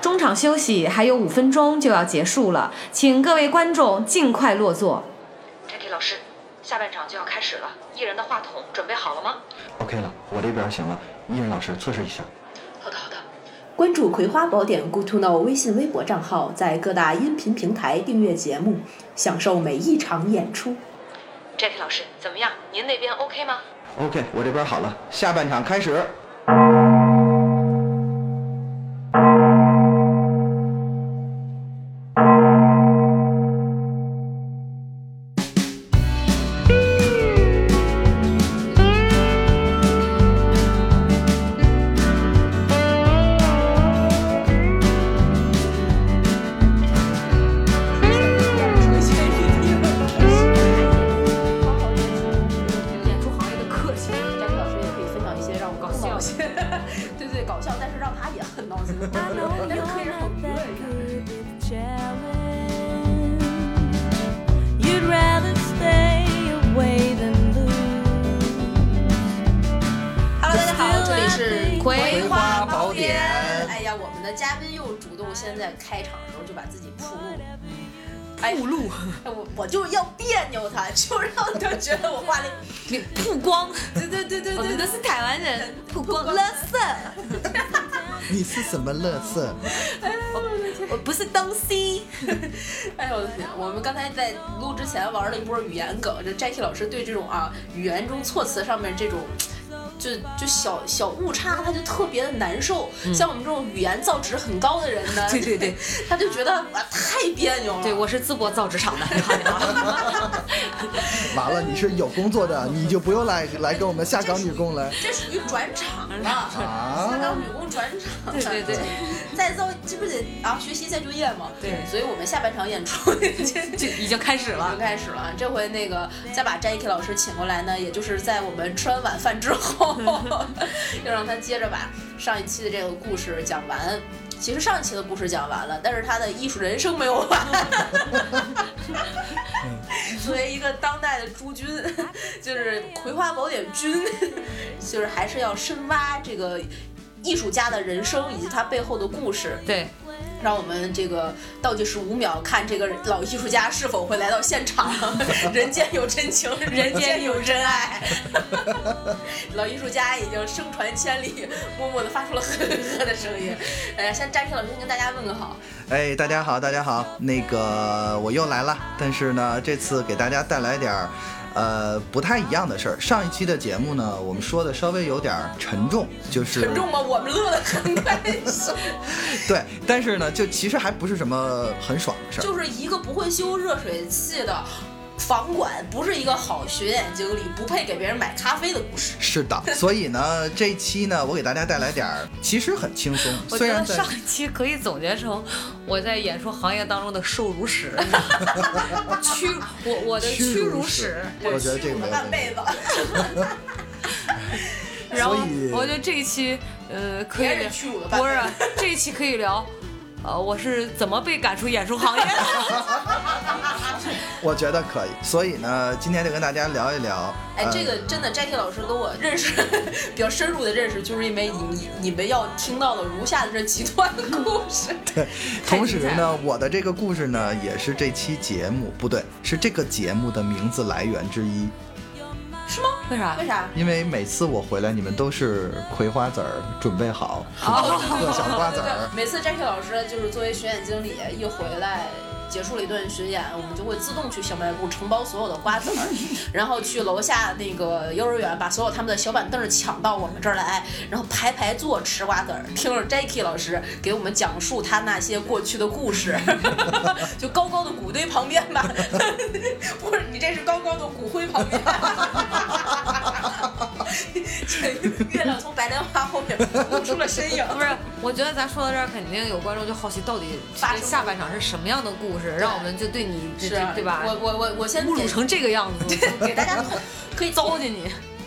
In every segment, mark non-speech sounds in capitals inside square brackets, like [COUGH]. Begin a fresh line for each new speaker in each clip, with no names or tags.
中场休息还有五分钟就要结束了，请各位观众尽快落座。
陈迪老师，下半场就要开始了，艺人的话筒准备好了吗？
OK 了，我这边行了。艺人老师测试一下。
好的，好的。
关注《葵花宝典》Good to Know 微信、微博账号，在各大音频平台订阅节目，享受每一场演出。
Jack 老师，怎么样？您那边 OK 吗？
OK，我这边好了。下半场开始。
演出行业的客气，
詹老师也可以分享一些让我
搞笑
闹心，对对，搞笑，但是让他也很闹心的
I know
但
you're
是可以让我
not
娱乐
that
一下。
good with challenge. You'd rather stay away than lose.
Hello，大家好，这里是
《
葵
花宝典。哎呀，我们的嘉宾又主动先在开场的时候就把自己铺路了。哎
铺路、
哎我我就要别扭他，就让他觉得我话里，
曝光， [LAUGHS]
对对对对
我
对
们都
对，
是台湾人，曝光
光
垃圾，
你是什么乐色？
我不是东西。
哎呦我的天！我们刚才在录之前玩了一波语言梗，这 Jackie 老师对这种啊语言中措辞上面这种。就就小小误差，他就特别的难受。像我们这种语言造诣很高的人呢，
嗯 [LAUGHS] 对对对，
他就觉得啊太别扭了。
对，我是淄博造纸厂的，你好，你 [LAUGHS] 好。
完了，你是有工作的，你就不用来来跟我们下岗女工来
这属于转场了，
啊
下岗女工转场了。
对对对，
再造这不得啊学习再就业吗？
对
所以我们下半场演出 [LAUGHS] 这
就已经开始
已经
了。
开始了。这回那个再把 Jacky 老师请过来呢，也就是在我们吃完晚饭之后，要让他接着把上一期的这个故事讲完。其实上一期的故事讲完了，但是他的艺术人生没有完。作为一个当代的诸君，就是《葵花宝典》君，就是还是要深挖这个艺术家的人生以及他背后的故事。
对，
让我们这个倒计时五秒，看这个老艺术家是否会来到现
[LAUGHS]
场。人间有真情，人间有真爱。
[LAUGHS]
老艺术家已经声传千里，默默地发出了呵呵呵的声音。哎呀，先詹天老师先跟大家问个好。
哎，大家好，大家好，那个我又来了，但是呢，这次给大家带来点儿，呃，不太一样的事儿。上一期的节目呢，我们说的稍微有点儿沉重，就是
沉重吗？我们乐得很
[LAUGHS]
开心，
对，但是呢，就其实还不是什么很爽的事儿。
就是一个不会修热水器的房管，不是一个好学院经理，不配给别人买咖啡的故事。
是的，所以呢，这一期呢，我给大家带来点儿，其实很轻松，
我
虽
觉
然
得
在
上一期可以总结成我在演出行业当中的受辱 [LAUGHS] 史，屈我我的屈辱史。
我觉得这个
我
没有
半
问题。
辈子，
然后
所以
我觉得这一期呃可以
别人
聊，
屈辱的半
不
辈
是
子。
这一期可以聊，呃我是怎么被赶出演出行业的？
我觉得可以，所以呢，今天就跟大家聊一聊。
哎，
呃
这个真的，Jackie 老师跟我认识 [LAUGHS] 比较深入的认识，就是因为你你你们要听到的如下的这几段故事。 [LAUGHS]
同时呢，我的这个故事呢，也是这期节目不对，是这个节目的名字来源之一。
为啥？
为啥？
因为每次我回来，你们都是葵花籽儿准备好，各小瓜子儿。
每次 Jackie 老师就是作为巡演经理一回来。结束了一段巡演，我们就会自动去小卖部承包所有的瓜子儿，然后去楼下那个幼儿园把所有他们的小板凳儿抢到我们这儿来，然后排排坐吃瓜子儿，听着 Jackie 老师给我们讲述他那些过去的故事， [LAUGHS] 就高高的骨堆旁边吧， [LAUGHS] 不是你这是高高的骨灰旁边， [LAUGHS] 月亮从白莲花后面露出了身影。
不是，我觉得咱说到这儿，肯定有观众就好奇，到底
发
这
生
下半场是什么样的故事，让我们就对你这
是啊
这对吧？
我我我我先
侮
给
辱成这个样子，
给大家透可以透
糟践
[LAUGHS]
你。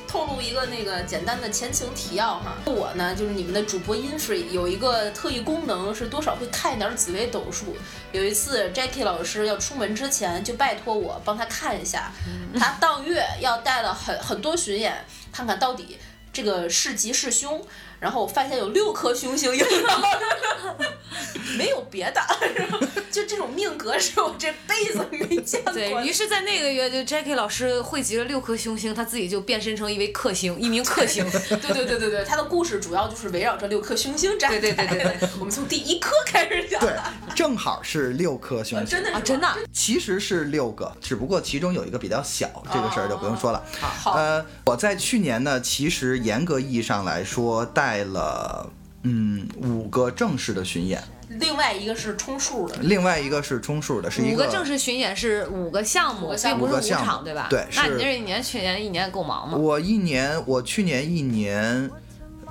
透露一个那个简单的前情提要哈。我呢就是你们的主播 Infree 有一个特异功能是多少会看一点紫微斗数。有一次 Jackie 老师要出门之前就拜托我帮他看一下，
嗯
他当月要带了很很多巡演，看看到底这个是吉是凶。然后我发现有六颗凶星映照着 [LAUGHS] 没有别的， [LAUGHS] 就这种命格是我这辈子没见过的。
对于是，在那个月就 Jackie 老师汇集了六颗凶星，他自己就变身成一位克星，一名克
[LAUGHS]
星。
对对对对对，他的故事主要就是围绕着六颗凶星展开。
对对对对
对，我们从第一颗开始讲。
对，正好是六颗凶
呃，
星
真，的是
啊，真的啊，
其实是六个，只不过其中有一个比较小，这个事儿就不用说了。
好
呃，我在去年呢，其实严格意义上来说带了。嗯，五个正式的巡演，
另外一个是充数的，
另外一个是充数的，是一
五个正式巡演是五个项
五
目
个，项
并
目
不是
五个项目
场，对吧？
对
那
是
你这一年去年一年也够忙嘛？
我一年，我去年一年，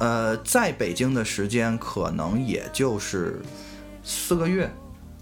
呃，在北京的时间可能也就是四个月，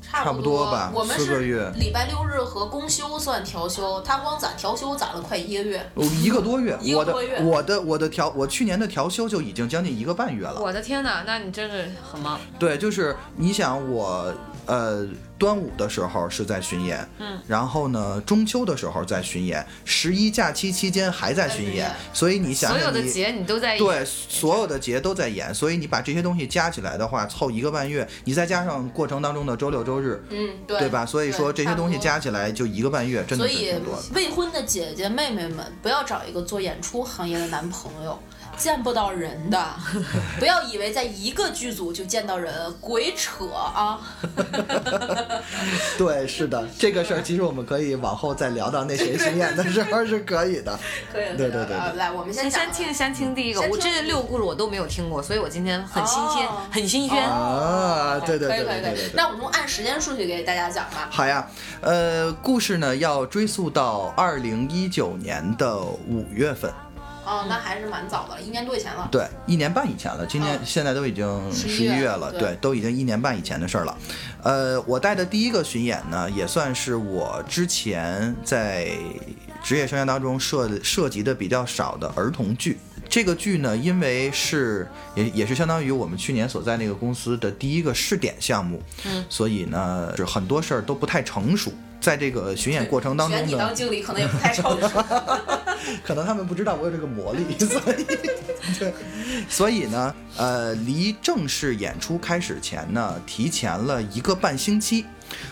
差
不
多
多吧
我们
四个
是
月
礼拜六日和公休算调休，他光攒调休攒了快一个月。
哦一个多月。
一个
我的
多月
我的我的调，我去年的调休就已经将近一个半月了。
我的天哪，那你真是很忙。
对，就是你想我，呃，端午的时候是在巡演，嗯，然后呢，中秋的时候在巡演，十一假期期间还在巡
在巡演
演，所以你想
所有
想
的
你。
节你都在
对，所有的节都在演，所以你把这些东西加起来的话，凑一个半月，你再加上过程当中的周六周日，
嗯，对
对吧？所以说这些东西。
差
加起来就一个半月，
不
真
多所
的是
以
挺多的。
未婚的姐姐妹妹们，不要找一个做演出行业的男朋友，见不到人的。
[LAUGHS]
不要以为在一个剧组就见到人，鬼扯啊！
对，是的，这个事儿其实我们可以往后再聊到那谁巡演的时候是可以
[LAUGHS]
的。
可以
对
了，可以了
对对
啊来，我们先
先先
讲
听先听第一个，
先
我
听
这六个故事我都没有听过，所以我今天很新鲜
哦，
很新鲜。
啊，对对
嗯可
对
以可
对
以
对
可
对
以。
对。
那我们按时间顺序给大家讲吧。
好呀，呃，故事呢要追溯到二零一九年的五月份，
哦，
嗯
那还是蛮早的了，一年多以前了。
对，一年半以前了，今年、
嗯
现在都已经
11
十
月
一
了
了，
对
都已经一年半以前的事儿了。呃，我带的第一个巡演呢，也算是我之前在职业生涯当中涉涉及的比较少的儿童剧。这个剧呢，因为是也也是相当于我们去年所在那个公司的第一个试点项目，嗯，所以呢，是很多事儿都不太成熟。在这个巡演过程当中
选你
呢
当，经理可能也不太成熟。
[LAUGHS] 可能他们不知道我有这个魔力，所以对，所以呢，呃，离正式演出开始前呢，提前了一个半星期，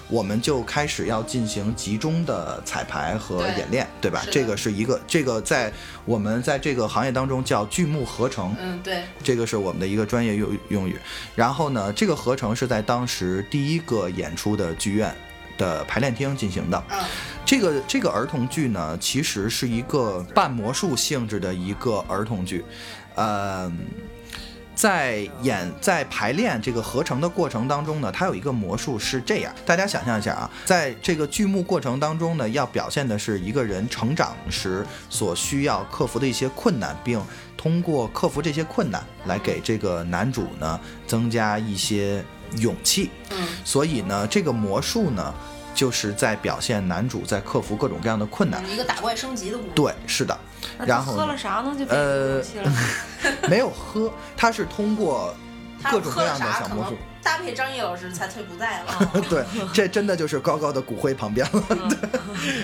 我们就开始要进行集中的彩排和
对
演练，对吧
是？的
这个是一个，这个在我们在这个行业当中叫剧目合成，
嗯，对，
这个是我们的一个专业用用语。然后呢，这个合成是在当时第一个演出的剧院的排练厅进行的。
嗯，
这个这个儿童剧呢，其实是一个半魔术性质的一个儿童剧，呃，在演在排练这个合成的过程当中呢，它有一个魔术是这样，大家想象一下啊，在这个剧目过程当中呢，要表现的是一个人成长时所需要克服的一些困难，并通过克服这些困难来给这个男主呢增加一些勇气。
嗯，
所以呢，这个魔术呢，就是在表现男主在克服各种各样的困难。
嗯一个打怪升级的故事。
对，是的。
那
然
他
后
喝
呢
了啥呢？就变成
呃
游戏了。
没有喝，他是通过
他
各种
喝
各
了
样的
啥
小
可
魔
能
术。
搭配张译老师才退不在了。
[LAUGHS] 对，这真的就是高高的骨灰旁边了。
嗯
[LAUGHS] 对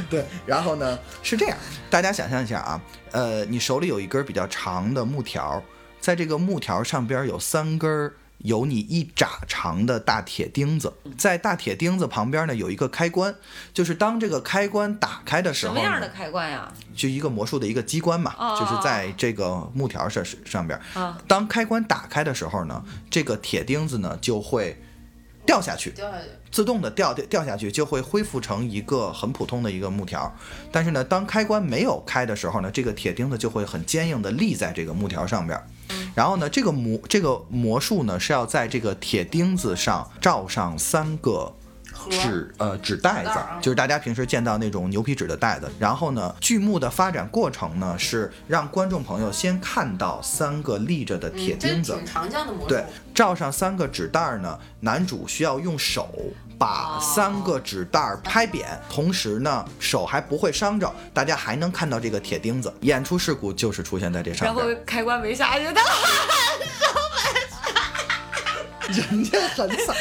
对，然后呢是这样，大家想象一下啊，呃，你手里有一根比较长的木条，在这个木条上边有三根儿有你一拃长的大铁钉子，
嗯
在大铁钉子旁边呢有一个开关，就是当这个开关打开的时
什
候
么
呢，
样的开关呀？
就一个魔术的一个机关嘛，
哦
就是在这个木条上上边儿。
啊
当开关打开的时候呢，这个铁钉子呢就会掉下去，
掉下去，
自动的掉掉掉下去，就会恢复成一个很普通的一个木条。但是呢，当开关没有开的时候呢，这个铁钉子就会很坚硬的立在这个木条上边儿。
嗯
然后呢，这个魔这个魔术呢是要在这个铁钉子上罩上三个
盒
纸呃纸袋子
纸袋儿啊，
就是大家平时见到那种牛皮纸的袋子。然后呢，剧目的发展过程呢是让观众朋友先看到三个立着的铁
嗯，这
钉子，
挺常见的魔术。
对，罩上三个纸袋儿呢，男主需要用手
哦
把三个纸袋儿拍扁，同时呢，手还不会伤着，大家还能看到这个铁钉子。演出事故就是出现在这
然
上
后
边儿，
开关没下去，他
人家很惨，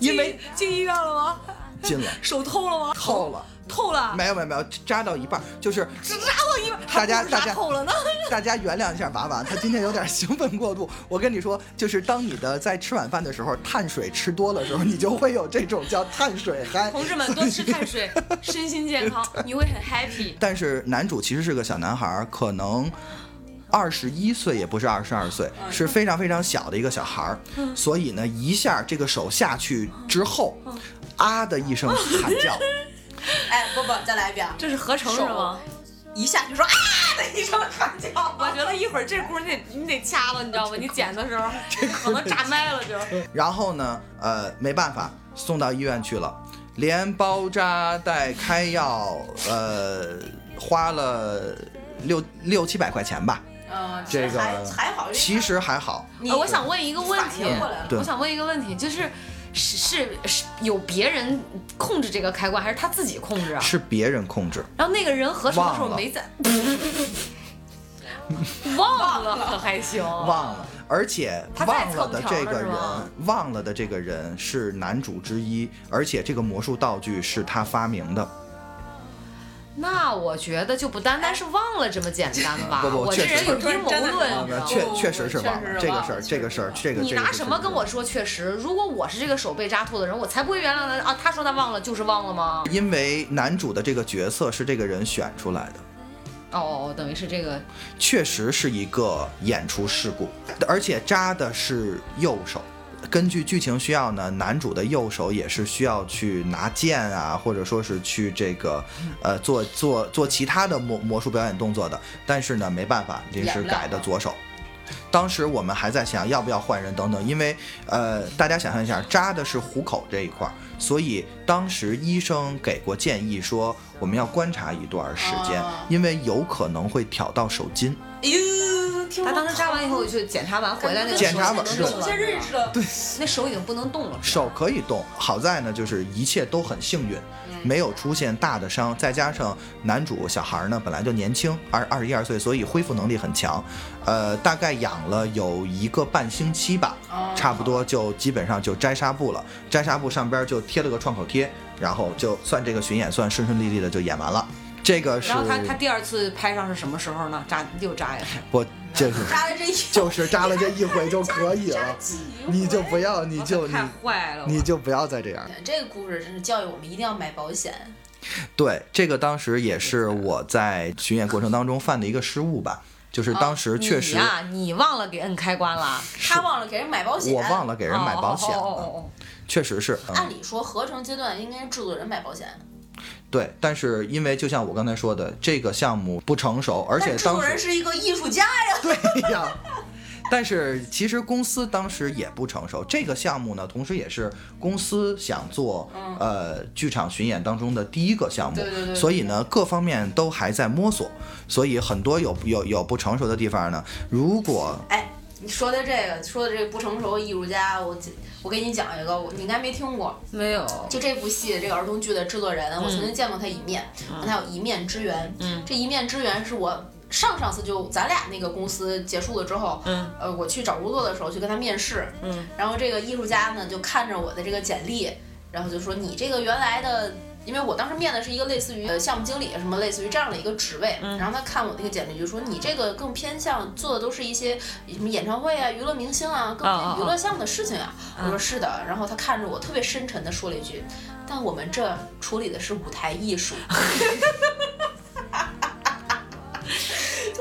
因为
进医院了吗？
进了，
手透了吗？
透了，
透了，
没有没有没有，扎到一半儿就是
只扎我一半，
大家
还不如
大家
扎透了呢。
[LAUGHS] 大家原谅一下娃娃，他今天有点兴奋过度。我跟你说，就是当你的在吃晚饭的时候，碳水吃多了时候，你就会有这种叫碳水嗨。
同志们多吃碳水，身心健康，你会很 happy。
但是男主其实是个小男孩儿，可能二十一岁，也不是二十二岁，是非常非常小的一个小孩儿。所以呢，一下这个手下去之后，啊的一声喊叫，
哎，不不，再来一遍啊，
这是合成是吗？
一下就说啊的一声喊叫，
我
[LAUGHS]
觉得一会儿这轱辘你得你得掐了，你知道吗？你剪的时候可能炸麦了就。
然后呢，呃，没办法，送到医院去了，连包扎带开药，呃，花了六六七百块钱吧。
嗯，
这个
还还好，
其实还好，
你
呃我想问一个问题
反应过来了，
对
我想问一个问题，就是是是是有别人控制这个开关，还是他自己控制啊？
是别人控制。
然后那个人和什么时候
忘了
没在？ [LAUGHS] 忘了可还行，
忘了，而且
他再
忘了的这个
蹭条了是
人
吗，
忘了的这个人是男主之一，而且这个魔术道具是他发明的。
那我觉得就不单单是忘了这么简单吧。
不不
我这
确实啊
人有阴谋
真的是忘
论，
了
你知道吗？
确
不
确实是
确实
忘了
是
这个
忘
事
了
儿，
确
这个
实
事儿，这个
你
这个
拿什
是确
么
实
跟
是
我说确实？如果我是这个手被扎吐的人，我才不会原谅他啊！他说他忘了，就是忘了吗？
因为男主的这个角色是这个人选出来的，
哦，等于是这个
确实是一个演出事故，而且扎的是右手。根据剧情需要呢，男主的右手也是需要去拿剑啊，或者说是去这个，呃，做做做其他的魔魔术表演动作的。但是呢，没办法，临时
演不了
改的左手。当时我们还在想要不要换人等等，因为呃，大家想象一下，扎的是虎口这一块儿，所以当时医生给过建议说，我们要观察一段时间
啊，
因为有可能会挑到手筋。
哎呦，听
他当时扎完以后去检查完回来，那个
检查
手已
完
经
是
不
吧
能
有
动
些
了
认识了，对，
那手已经不能动了。
手可以动，好在呢就是一切都很幸运，没有出现大的伤，再加上男主小孩呢本来就年轻，二二十一二岁，所以恢复能力很强，呃，大概养了有一个半星期吧，
哦
差不多就基本上就摘纱布了，摘纱布上边就贴了个创口贴，然后就算这个巡演算顺顺利利的就演完了，这个是
然后他他第二次拍上是什么时候呢？扎又扎一次。
我这是
扎的这一
就是扎了这一回就可以了，你就不要你就你
太坏了！
你就不要再这样。
这个故事真是教育我们一定要买保险。
对，这个当时也是我在巡演过程当中犯的一个失误吧，就是当时确实
你呀、你忘了给摁开关了，
他忘了给人买保险，
我忘。了给人买保险
哦哦哦
了，
哦哦
确实是。嗯
按理说，合成阶段应该是制作人买保险，
对，但是因为就像我刚才说的，这个项目不成熟，而且
但制
当
作人
时
是一个艺术家呀。
对 [LAUGHS] 呀。但是其实公司当时也不成熟，这个项目呢，同时也是公司想做、呃剧场巡演当中的第一个项目，
嗯对对对
所以呢各方面都还在摸索，所以很多有有有不成熟的地方呢，如果
哎，你说的这个，说的这个不成熟艺术家，我我给你讲一个，我你应该没听过，
没有，
就这部戏这个儿童剧的制作人，我曾
嗯
经见过他一面，跟他有一面之缘。嗯，这一面之缘是我上上次就咱俩那个公司结束了之后，嗯，呃，我去找工作的时候去跟他面试，嗯，然后这个艺术家呢就看着我的这个简历，然后就说你这个原来的。因为我当时面的是一个类似于呃项目经理什么类似于这样的一个职位，
嗯
然后他看我那个简历就说你这个更偏向做的都是一些什么演唱会啊、娱乐明星啊，更
哦哦
偏
哦嗯
娱乐项目的事情啊。我说是的，然后他看着我特别深沉的说了一句：“但我们这处理的是舞台艺术， [LAUGHS] 特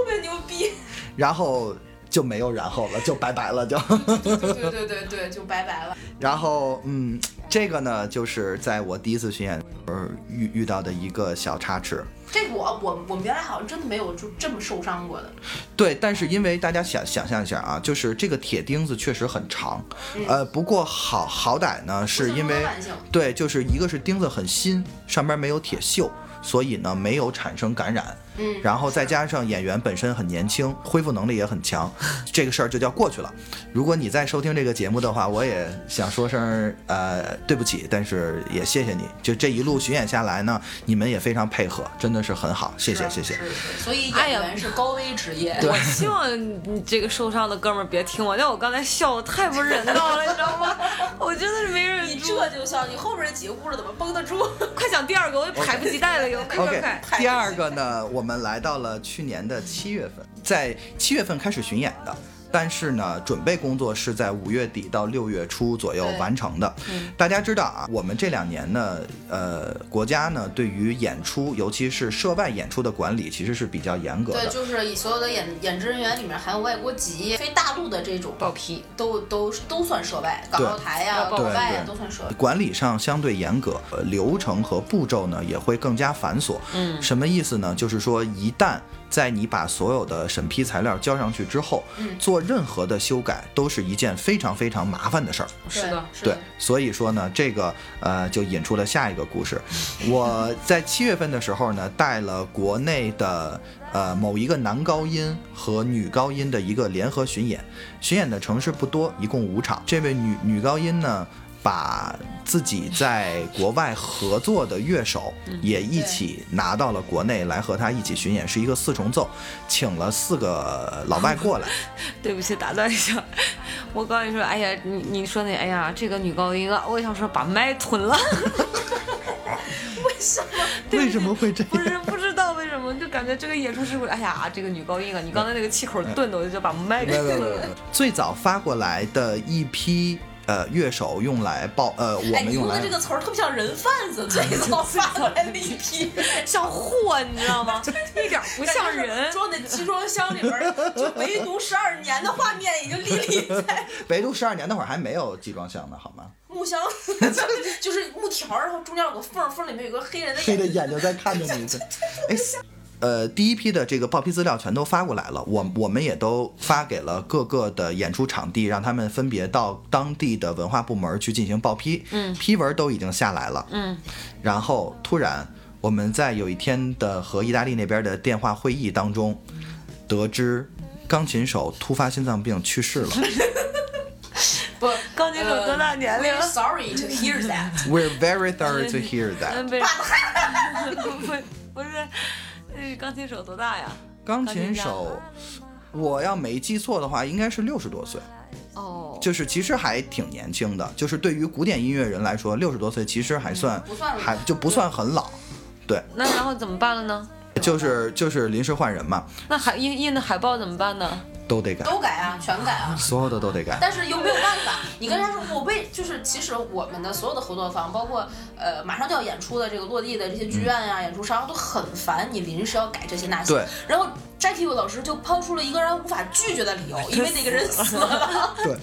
别牛
[LAUGHS]
逼。
然后就没有然后了，就拜拜了，就。 [LAUGHS]
对”对对对对对，就拜拜了。
然后，嗯，这个呢，就是在我第一次巡演的时候遇遇到的一个小插曲。
这个我我我们原来好像真的没有就这么受伤过的。
对，但是因为大家想想象一下啊，就是这个铁钉子确实很长，呃，不过好好歹呢，是因为
嗯不是老百姓
对，就是一个是钉子很新，上边没有铁锈，所以呢没有产生感染，
嗯
然后再加上演员本身很年轻，恢复能力也很强，这个事儿就叫过去了。如果你在收听这个节目的话，我也想说声呃对不起，但是也谢谢你，就这一路巡演下来呢，你们也非常配合，真的是很好，谢谢谢谢。
嗯是是所以
哎
演
呀
员是高危职业。
我希望你这个受伤的哥们儿别听我，但我刚才笑的太不人道了，你知道吗？我真的是没忍
你这
住。
这就笑，你后边这几个故事怎么绷得住？
快讲第二个，我也迫不及待了，又快快
OK，
快！
第二个呢，我们来到了去年的七月份，在七月份开始巡演的。但是呢，准备工作是在五月底到六月初左右
对
完成的。大家知道啊，我们这两年呢，呃，国家呢对于演出，尤其是涉外演出的管理，其实是比较严格
对，
的。
就是以所有的演演职人员里面含有外国籍、非大陆的这种，
报批，
都都都算涉外，港
对
澳台呀、
对
国外呀
对
都算涉外。
管理上相对严格，呃流程和步骤呢也会更加繁琐。
嗯，
什么意思呢？就是说，一旦在你把所有的审批材料交上去之后，
嗯
做任何的修改都是一件非常非常麻烦的事儿。
是的，
对，是
对
的，
所以说呢，这个呃就引出了下一个故事。我在七月份的时候呢，带了国内的呃某一个男高音和女高音的一个联合巡演，巡演的城市不多，一共五场。这位女女高音呢。把自己在国外合作的乐手也一起拿到了国内来和她一起巡演，是一个四重奏，请了四个老外过来。
对不起，打断一下，我刚才说，哎呀，你你说那，哎呀，这个女高音啊，我想说把麦吞了， [LAUGHS]
为什么会这
不是不知道为什么，就感觉这个演出是不是，哎呀，这个女高音啊，你刚才那个气口
哎
顿的，我就把麦给
没有没
吞
有没
了
有。没有最早发过来的一批呃乐手用来报呃我
哎，
们
你用
用
的
来
这个词儿特别像人贩
[LAUGHS]
子，最早发过来的一 [LAUGHS] 批，
像货，你知道吗？一点儿不像
[LAUGHS]
人。
装在集装箱里边儿，就唯独十二年的画面已经历历在
唯独十二年那会儿还没有集装箱呢，好吗？
木箱， [LAUGHS] 就是就是木条儿，然后中间有个缝儿，缝儿里面有个黑人的
黑的
睛
眼睛在看着你，哎。呃，第一批的这个报批资料全都发过来了，我我们也都发给了各个的演出场地，让他们分别到当地的文化部门去进行报批。嗯，批文都已经下来了。
嗯，
然后突然我们在有一天的和意大利那边的电话会议当中，得知钢琴手突发心脏病去世了。
不，
钢琴手多大年龄
呃 we're？Sorry to hear that。
We're very sorry to hear that。
嗯，不是，不不是，那钢琴手多大呀？
钢琴手，我要没记错的话，应该是六十多岁，
哦，
就是其实还挺年轻的。就是对于古典音乐人来说，六十多岁其实还算
不算
还就不算很老。对，
那然后怎么办了呢？
就是就是临时换人嘛，
那海印印的海报怎么办呢？
都得改，
都改啊，全改啊。
所有的都得改。
但是又没有办法，你跟他说我被就是，其实我们的所有的合作方，包括呃马上就要演出的这个落地的这些剧院呀、演出商都很烦你临时要改这些那些。
对。
然后 Jackie 老师就抛出了一个让人无法拒绝的理由，因为那个人死了。
对，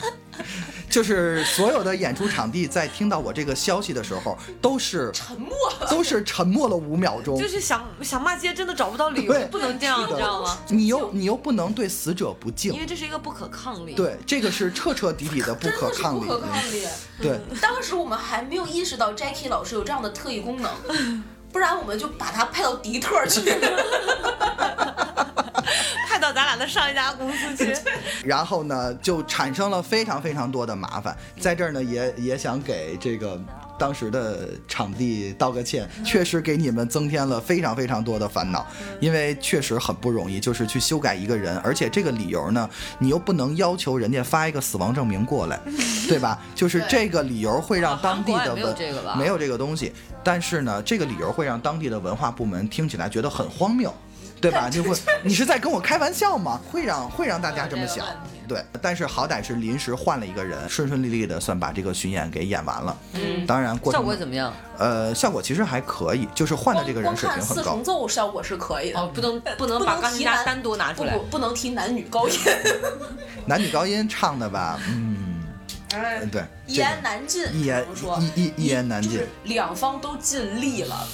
就是所有的演出场地在听到我这个消息的时候，都是
沉默了。
都是沉默了五秒钟
就。是想想骂街，真的找不到理由
对，
不能这样，你知道吗？
你又你又不能对死者不
因
敬，
为这是一个不可抗力。，
对，这个是彻彻底底的不
真
可
的是
抗
不
力。
可抗力。
对，
当时我们还没有意识到 Jackie 老师有这样的特异功能，不然我们就把他派到迪特去。
派到咱俩的上一家公司去。
然后呢，就产生了非常非常多的麻烦。在这儿呢，也也想给这个当时的场地道个歉，确实给你们增添了非常非常多的烦恼，因为确实很不容易，就是去修改一个人，而且这个理由呢，你又不能要求人家发一个死亡证明过来，对吧？就是这个理由会让当地的
韩国也没有
文
这个吧
没有这个东西，但是呢，这个理由会让当地的文化部门听起来觉得很荒谬。对
[LAUGHS]
吧？就会，你是在跟我开玩笑吗？会让会让大家这么想
会有这个问题，
对。但是好歹是临时换了一个人，顺顺利利的算把这个巡演给演完了。
嗯
当然过
效
程
果怎么样？
呃效果其实还可以，就是换的这个人
光
水
看
平
四
很高
重。奏效果是可以的。
哦，不能不能
不
把
能
钢
提
琴家
男
单独拿出来
不。不，不能提男女高音，
男女高音唱的吧，嗯，对，
哎一
这个
言难尽。
一言
怎么说
一一一言难
就
尽
是。两方都尽力了，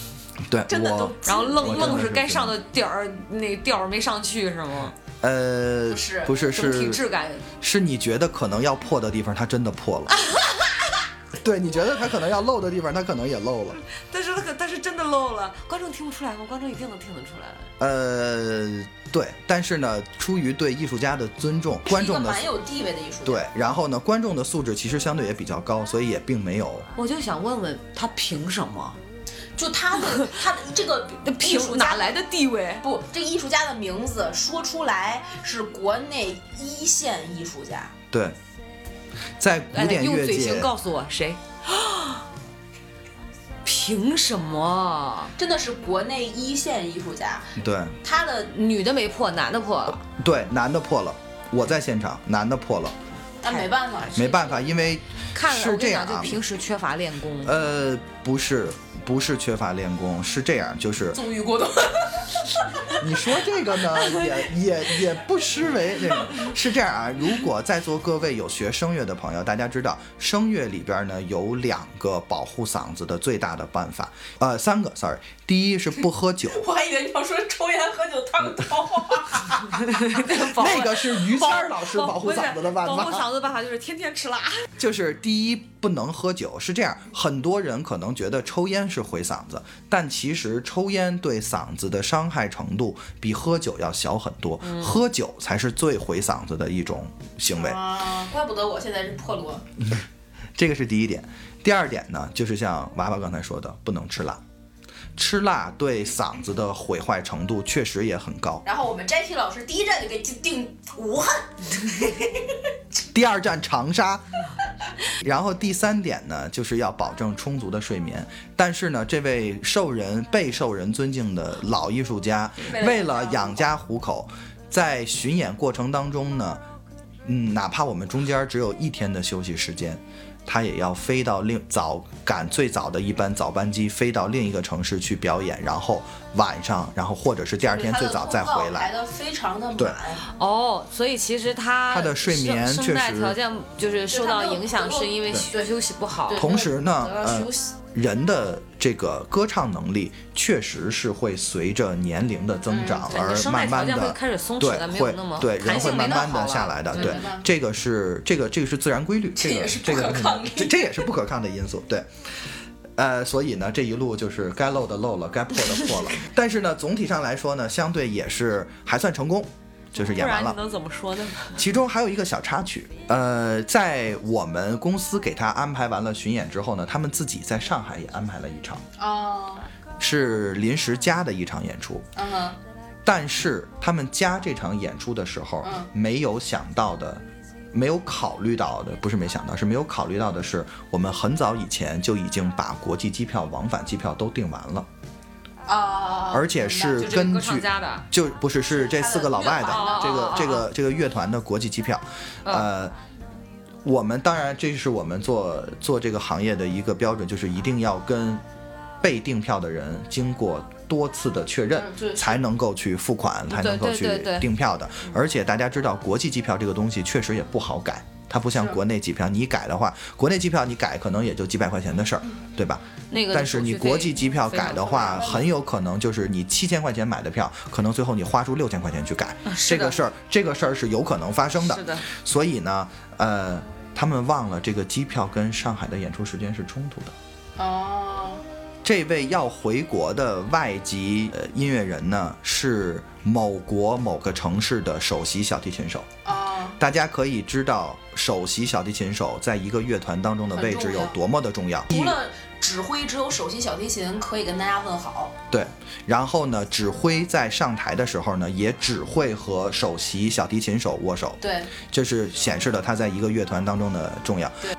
对，
真的都
我
然后
我
愣
真的
愣
是
是该
这
上的点儿，那调儿没上去是吗？
呃
不是
不是
整体
是
质感
是你觉得可能要破的地方，它真的破
[LAUGHS]
了。对，你觉得它可能要漏的地方，它可能也漏了。
但是他可但是真的漏了，观众听不出来吗？观众一定能听得出来。
呃，对，但是呢，出于对艺术家的尊重，观众
是一个
的
蛮有地位的艺术家。
对，然后呢，观众的素质其实相对也比较高，所以也并没有
我就想问问他凭什么？
就他
[LAUGHS]
的他的这个
那
艺术
凭
家
哪来的地位？
不，这个艺术家的名字说出来是国内一线艺术家，
对，在
哎
古典
用
乐
嘴
界
型告诉我谁？ [GASPS] 凭什么？
真的是国内一线艺术家，
对
他的
女的没破，男的破了。
对，男的破了，我在现场，男的破了，
那啊没办法，
没办法，因为
看了，
是
我跟
这
你
样
讲，就
啊，
平时缺乏练 [LAUGHS] 功。
呃，不是不是缺乏练功，是这样，就是
纵欲过度。
你说这个呢，也也也不失为这个。是这样啊，如果在座各位有学声乐的朋友，大家知道声乐里边呢有两个保护嗓子的最大的办法，呃，三个，sorry，第一是不喝酒，
我还以为你要说抽烟喝酒烫头，
[LAUGHS]
[LAUGHS]
那个是于谦儿老师
保
保护嗓子的办
保护
法，
嗓子的办法就是天天吃辣。
就是第一不能喝酒。是这样，很多人可能觉得抽烟是毁嗓子，但其实抽烟对嗓子的伤害程度比喝酒要小很多，喝酒才是最毁嗓子的一种行为。
啊，怪不得我现在是破锣。
这个是第一点。第二点呢，就是像娃娃刚才说的，不能吃辣。吃辣对嗓子的毁坏程度确实也很高。
然后我们斋 T 老师第一站就给定定武汉，
第二站长沙。然后第三点呢，就是要保证充足的睡眠。但是呢，这位受人备受人尊敬的老艺术家，为
为
了
了
养
养
家糊口，在巡演过程当中呢，嗯，哪怕我们中间只有一天的休息时间，他也要飞到另早赶最早的一班早班机飞到另一个城市去表演，然后晚上，然后或者是第二天最早再回
排
来。
的非常的
对
满，
哦， [LAUGHS] 所以其实他
他的睡眠
声
确
声带
实
条件就是受到影响，是因为
对
休息不好
对。
同时呢
得到
呃
休息
人的这个歌唱能力确实是会随着年龄的增长
嗯对
而
你的声带
慢慢
条件
的
会开始松弛
对
的没有
会
那么
对
弹
人会
性没
慢
那么
慢的
好了
下来的，
对
对
没办法
这个是这个这个是自然规律，这
这
个
也是不
这个嗯
可抗力
这这也是不可抗的因素，对。呃，所以呢，这一路就是该漏的漏了，该破的
[LAUGHS]
破了。但是呢，总体上来说呢，相对也是还算成功，就是
不
演完
然你
了。
能怎么说呢？
[LAUGHS] 其中还有一个小插曲，呃，在我们公司给他安排完了巡演之后呢，他们自己在上海也安排了一场。
哦，
是临时加的一场演出，
嗯哼，
但是他们加这场演出的时候
嗯，
没有想到的，没有考虑到的，不是没想到，是没有考虑到的是，我们很早以前就已经把国际机票、往返机票都订完了，
啊，
而且是
就这个
根
歌
据
唱家的，
就不是是这四个老外的这
哦哦嗯
个
哦
这个这个乐团的国际机票，呃。我们当然，这是我们做做这个行业的一个标准，就是一定要跟被订票的人经过多次的确认
嗯，对
才能够去付款，才能够去
对对嗯对
订票的。而且大家知道，国际机票这个东西确实也不好改，它不像
是
国内机票，你一改的话，国内机票你改可能也就几百块钱的
嗯
事儿，对吧？
那个
但是
手续
你
费
国际机票改的话，
非常啊
很有可能就是你七千块钱买的票，可能最后你花出六千块钱去改，
嗯是
这
的
个事儿，这个事儿是有可能发生的。
是的，
所以呢，呃，他们忘了这个机票跟上海的演出时间是冲突的。
哦，
这位要回国的外籍呃音乐人呢，是某国某个城市的首席小提琴手。
哦，
大家可以知道，首席小提琴手在一个乐团当中的位置
很重
有
要
多么的重要。
除了指挥，只有首席小提琴可以跟大家问好。
对，然后呢，指挥在上台的时候呢，也只会和首席小提琴手握手，
对，
这是显示了他在一个乐团当中的重要
对。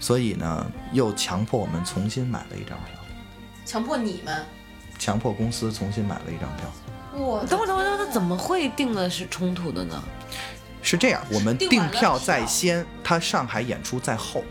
所以呢，又强迫我们重新买了一张票，
强迫你们，
强迫公司重新买了一张票。
我
等会儿等会儿等会儿，怎么会定的是冲突的呢？
是这样，我们
订
订
完了
票
票
在先，他上海演出在后，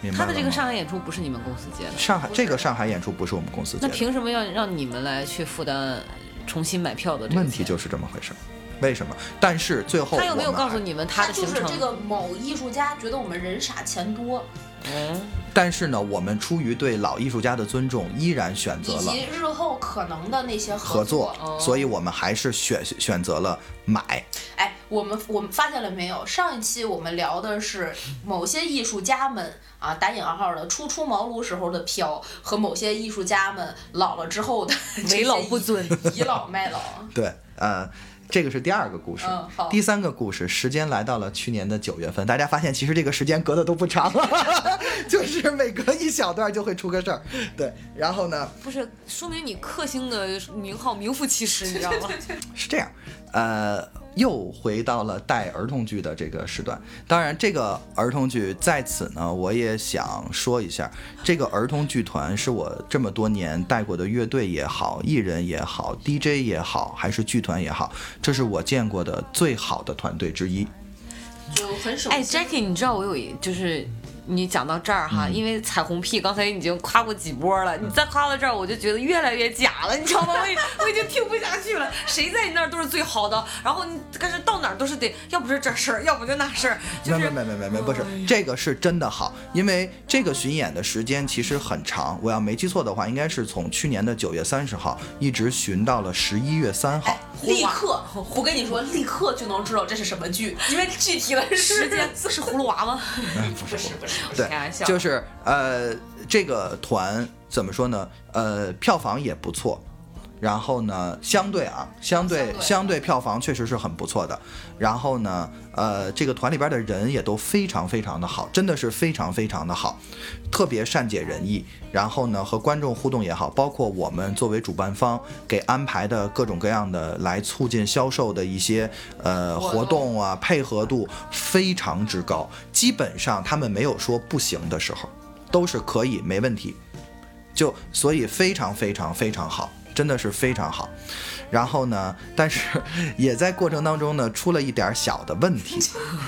明白
他的
了
这个
吗
上海演出不是你们公司接的，
上海这个上海演出不是我们公司接
那
的，
凭什么要让你们来去负担重新买票的这个
问题
钱
就是这么回事儿。为什么？但是最后
他有没有
我们
告诉
还
你们
他
的
就
行
是
程？
这个某艺术家觉得我们人傻钱多，
嗯
但是呢，我们出于对老艺术家的尊重，依然选择
以
了
及日后可能的那些
合作，
哦
所以我们还是选选择了买。
哎，我们我们发现了没有？上一期我们聊的是某些艺术家们啊，打引号的初出茅庐时候的飘，和某些艺术家们老了之后的这些
为老不尊
倚老卖老。
对，呃，这个是第二个故事。
嗯好
第三个故事，时间来到了去年的九月份，大家发现其实这个时间隔的都不长， [LAUGHS] 就是每隔一小段就会出个事儿。对，然后呢，
不是，说明你克星的名号名副其实，你知道吗？
是这样，呃，又回到了带儿童剧的这个时段。当然，这个儿童剧在此呢，我也想说一下，这个儿童剧团是我这么多年带过的乐队也好，艺人也好，DJ 也好，还是剧团也好，这是我见过的最好的团队之一。
就很少。
哎，Jackie，你知道我有一就是。你讲到这儿哈，
嗯
因为彩虹屁刚才已经夸过几波了，你再夸到这儿，我就觉得越来越假了，你知道吗？我已我已经听不下去了。谁在你那儿都是最好的，然后你但是到哪儿都是得，要不是这事儿，要不就那事儿，就
没
是哎
没没没没没，不是这个是真的好，因为这个巡演的时间其实很长，我要没记错的话，应该是从去年的九月三十号一直巡到了十一月三号。
立刻，我跟你说，立刻就能知道这是什么剧，因为具体的
时
时
间
间
[LAUGHS] 是葫芦娃吗？
不是不是，
对
开玩，笑
就是呃，这个团怎么说呢？呃，票房也不错，然后呢，相对啊，相对
相对
相对票房确实是很不错的。然后呢，呃，这个团里边的人也都非常非常的好，真的是非常非常的好，特别善解人意。然后呢，和观众互动也好，包括我们作为主办方给安排的各种各样的来促进销售的一些呃
活
活
动
动。动啊，配合度非常之高，基本上他们没有说不行的时候，都是可以没问题，就所以非常非常非常好，真的是非常好。然后呢，但是 [LAUGHS] 也在过程当中呢，出了一点小的问题。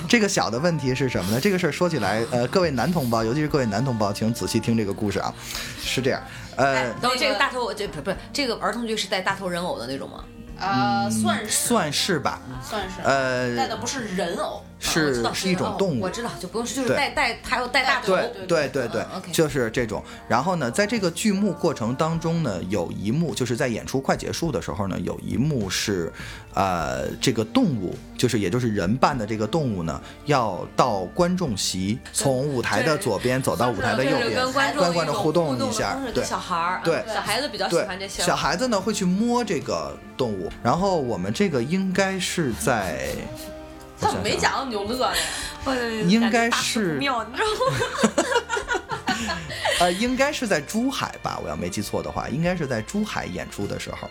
这个小的问题是什么呢？这个事儿说起来，呃，各位男同胞，尤其是各位男同胞，请仔细听这个故事啊，是这样，呃，
然后这
哎那
个
个
大头，这不是不是这个儿童剧是带大头人偶的那种吗？
呃，算是
嗯算是吧，
算是，
呃，
带的不是人偶，啊
我
是
知道
是一种
哦
动物
我，知道，就不用就是
对
带带还有带大头，
对对对对
嗯，OK
就是这种。然后呢，在这个剧目过程当中呢，有一幕就是在演出快结束的时候呢，有一幕是，呃，这个动物，就是也就是人扮的这个动物呢，要到观众席，从舞台的左边走到舞台的右
就是
边，
跟观众
跟观众互动一下
的方式
对
小孩儿，
对
嗯小孩子比较喜
对
欢这，些。
小孩子呢会去摸这个动物，然后我们这个应该是在，
怎么没讲
啊
到你就乐呢？
我
应
哎感觉
该
大事
是
不妙，你知道
[LAUGHS]
吗？
呃，应该是在珠海吧，我要没记错的话，应该是在珠海演出的时候，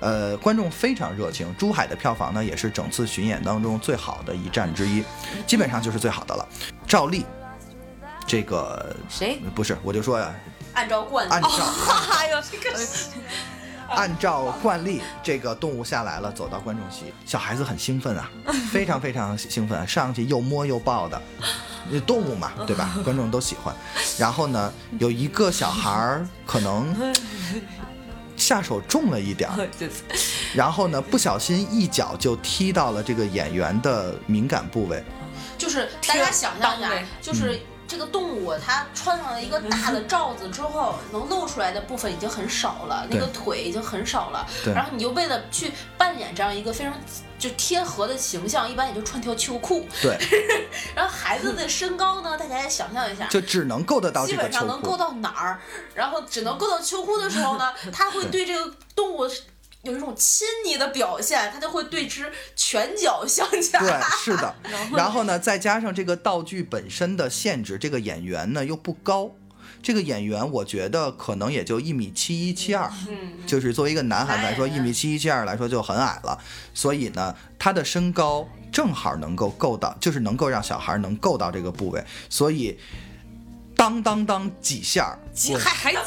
呃，观众非常热情，珠海的票房呢也是整次巡演当中最好的一站之一，基本上就是最好的了。照例，这个
谁？
不是，我就说呀、
按照惯例
按照、
[LAUGHS] 哎呦，
[LAUGHS]
这
呃
个
[LAUGHS]
按照惯例，这个动物下来了，走到观众席，小孩子很兴奋啊，非常非常兴奋，上去又摸又抱的，呃动物嘛，
嗯
对
[LAUGHS]
吧？观众都喜欢。然后呢，有一个小孩儿可能下手重了一点
[LAUGHS]
儿，然后呢，不小心一脚就踢到了这个演员的敏感部位，
就是大家想象一
当
下
位，
嗯
就是这个动物它穿上了一个大的罩子之后，能露出来的部分已经很少了，那
对
个腿已经很少了。
对
然后你就为了去扮演这样一个非常就贴合的形象，一般也就穿条秋裤。
对，
然后孩
[LAUGHS]
子的身高呢，大家也想象一下。
就只能够得到
基
这个
本
球
上能够
裤。
到哪儿，然后只能够到秋裤的时
[LAUGHS]
候呢，它会对这个动物有一种亲昵的表现，它就会对之拳脚相
[LAUGHS]
加。
对，是的。然后呢，再加上这个道具本身的限制，这个演员呢又不高。这个演员，我觉得可能也就一米七一、七二，就是作为一个男孩子来说，
男
一
演员
米七一、七二来说就很矮了。所以呢，他的身高正好能够够到，就是能够让小孩能够到这个部位。所以，当当当几下 [LAUGHS] 儿，
挤
我
还还挤